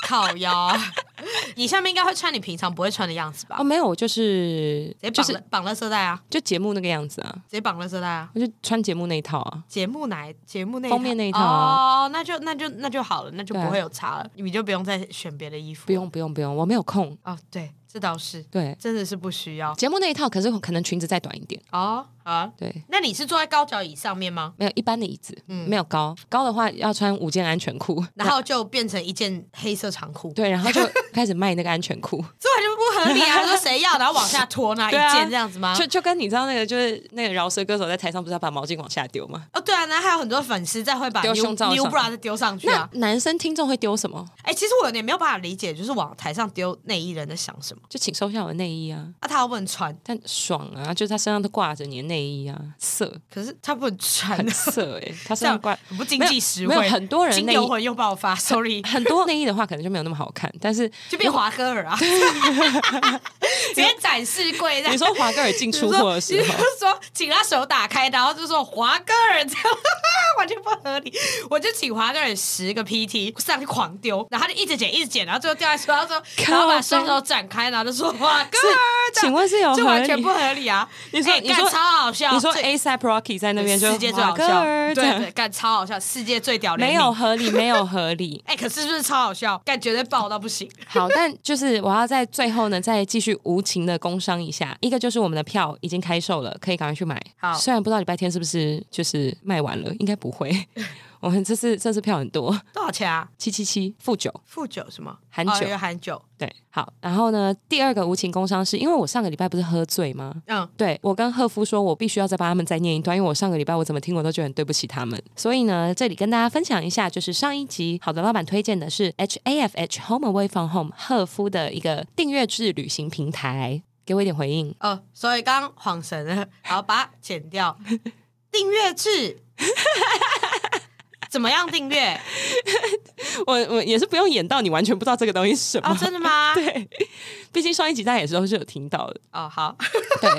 靠腰， 你下面应该会穿你平常不会穿的样子吧哦，？没有，我就是直接就绑了是绑了色带啊，就节目那个样子啊，直接绑了色带啊。我就穿节目那一套啊，节目哪节目那一封面那一套啊哦，那就那就那就好了，那就对啊不会有差了，你就不用再选别的衣服。不用不用不用，我没有空。哦，对，这倒是对，真的是不需要节目那一套，可是可能裙子再短一点，哦啊。对。那你是坐在高脚椅上面吗？没有一般的椅子，没有高高的话要穿五件安全 裤，然后就变成一件黑色长裤，对，然后就开始卖那个安全裤，这完全不合理啊！说谁要，然后往下拖那 一对啊件这样子吗？就就跟你知道那个就是那个饶舌歌手在台上不是要把毛巾往下丢吗？哦，对啊，然后还有很多粉丝在会把丢 new 胸罩 new 上 bra 再丢上去啊那。男生听众会丢什么？哎、其实我有点没有办法理解，就是往台上丢内衣人在想什么就请收下我的内衣啊！啊？他不能穿，但爽啊，就是他身上都挂着你的内衣啊，色可是他不能 穿，很色哎、他这身上样挂很不经没有济实没有惠。很多人金内牛衣魂又爆发，sorry， 很多内衣的话可能就没有那么好看，但 是就变华歌尔 啊， 直接展示柜在。你说华哥尔进比出如货说的时候比如，说请他手打开，然后就说华歌尔这样，完全不合理。我就请华歌尔十个 PT 上去狂丢，然后他就一直捡，一直捡，然后最后掉在手上说，靠然后把双手展开，然后就说华歌尔这请样，问是有就合完全理不合理啊！你说哎你干说超好笑，你说最 ASAP Rocky 在那边就世界最好华哥笑，尔对这样对，干超好笑，世界最屌人没有。合理，没有合 理。哎、可是是不是超好笑？感绝对爆到不行！好，但就是我要在最后呢，再继续无情的工商一下。一个就是我们的票已经开售了，可以赶快去买。好虽然不知道礼拜天是不是就是卖完了，应该不 会。我们这次这次票很多，多少钱啊？七七七负九。负九是吗？含哦酒有含酒。对，好。然后呢，第二个无情工伤是因为我上个礼拜不是喝醉吗？嗯，对我跟赫夫说，我必须要再帮他们再念一段，因为我上个礼拜我怎么听我都觉得很对不起他们。所以呢，这里跟大家分享一下，就是上一集好的老板推荐的是 H A F H Home Away from Home 赫夫的一个订阅制旅行平台，给我一点回应。哦，所以刚刚晃神了，好，把它剪掉。订阅制， 怎么样订阅？我我也是不用演到你完全不知道这个东西是什么，哦，真的 吗？对，毕竟上一集大家也是都是有听到的，哦，好，对。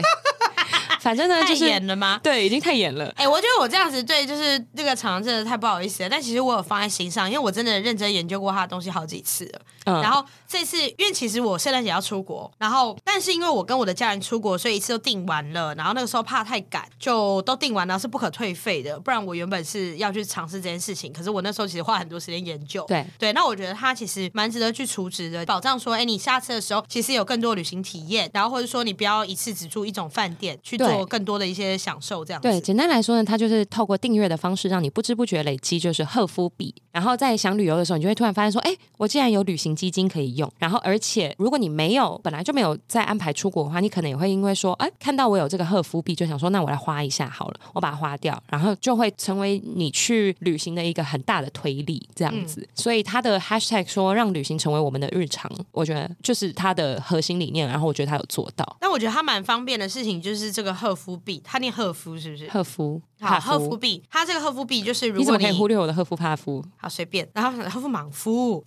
反正呢太就是严了吗？对，已经太严了。哎、我觉得我这样子对，就是这个厂真的太不好意思了。但其实我有放在心上，因为我真的认真研究过他的东西好几次了。嗯，然后这次，因为其实我圣诞节要出国，然后但是因为我跟我的家人出国，所以一次都订完了。然后那个时候怕太赶，就都订完了，是不可退费的。不然我原本是要去尝试这件事情，可是我那时候其实花很多时间研究。对对，那我觉得他其实蛮值得去除职的，保障说，哎，你下次的时候其实有更多旅行体验，然后或者说你不要一次只住一种饭店，去做对更多的一些享受，这样子。对，简单来说呢，它就是透过订阅的方式，让你不知不觉累积就是赫夫币，然后在想旅游的时候，你就会突然发现说，哎，我竟然有旅行基金可以用。然后，而且如果你没有本来就没有在安排出国的话，你可能也会因为说，哎，看到我有这个赫夫币，就想说，那我来花一下好了，我把它花掉，然后就会成为你去旅行的一个很大的推力，这嗯样子。所以它的 hashtag 说让旅行成为我们的日常，我觉得就是它的核心理念，然后我觉得它有做到。但我觉得它蛮方便的事情就是这个赫夫币，它念赫夫是不是？赫夫，好，帕赫夫币，它这个赫夫币就是如你怎果么你可以忽略我的赫夫帕夫？好随便，然后赫夫莽夫，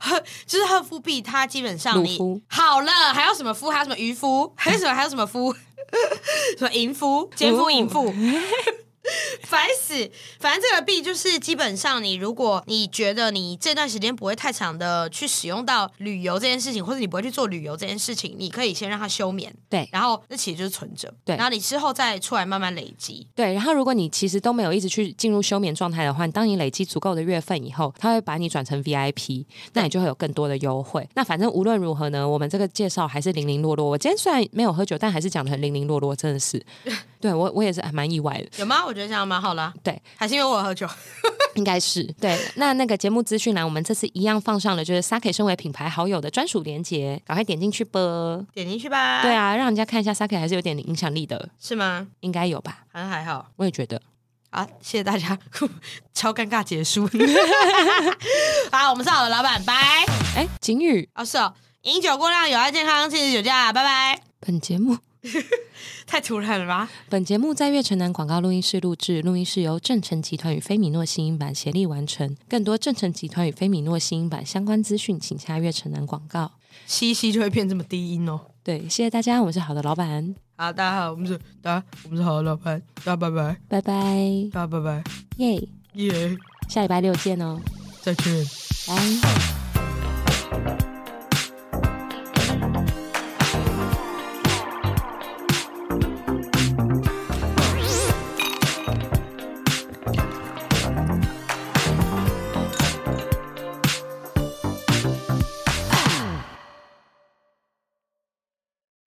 赫就是赫夫币，它基本上鲁你夫好了，还有什么夫？还有什么渔夫？还有什么？还有什么夫？ 什么淫夫、奸哦夫、淫妇？烦死！反正这个币就是基本上，你如果你觉得你这段时间不会太长的去使用到旅游这件事情，或者你不会去做旅游这件事情，你可以先让它休眠，对然后那其实就是存着，对然后你之后再出来慢慢累积，对，然后如果你其实都没有一直去进入休眠状态的话，当你累积足够的月份以后，它会把你转成 VIP，那你就会有更多的优惠。那反正无论如何呢，我们这个介绍还是零零落落。我今天虽然没有喝酒，但还是讲的很零零落落，真的是，对我我也是还蛮意外的。有吗？我觉得这样蛮好啦，对，还是因为我有喝酒。应该是对。那那个节目资讯栏，我们这次一样放上了，就是 Sake 身为品牌好友的专属连接，赶快点进去吧。点进去吧。对，啊，让人家看一下 Sake 还是有点影响力的，是吗？应该有吧？好像还好。我也觉得。好，谢谢大家， 超尴尬结束。 好，我们是好的老板，拜。哎，景宇，哦，是哦，饮酒过量有害健康，禁止酒驾，拜拜。本节目。太突然了吧？本节目在月城南广告录音室录制，录音室由正成集团与菲米诺新音版协力完成。更多正成集团与菲米诺新音版相关资讯，请下月城南广告。吸一吸就会变这么低音哦。对，谢谢大家，我是好的老板，好，大家好，我们是大家，我们是好的老板，大家拜拜，拜拜，大家拜拜，耶、耶、下礼拜六见哦，再见。拜。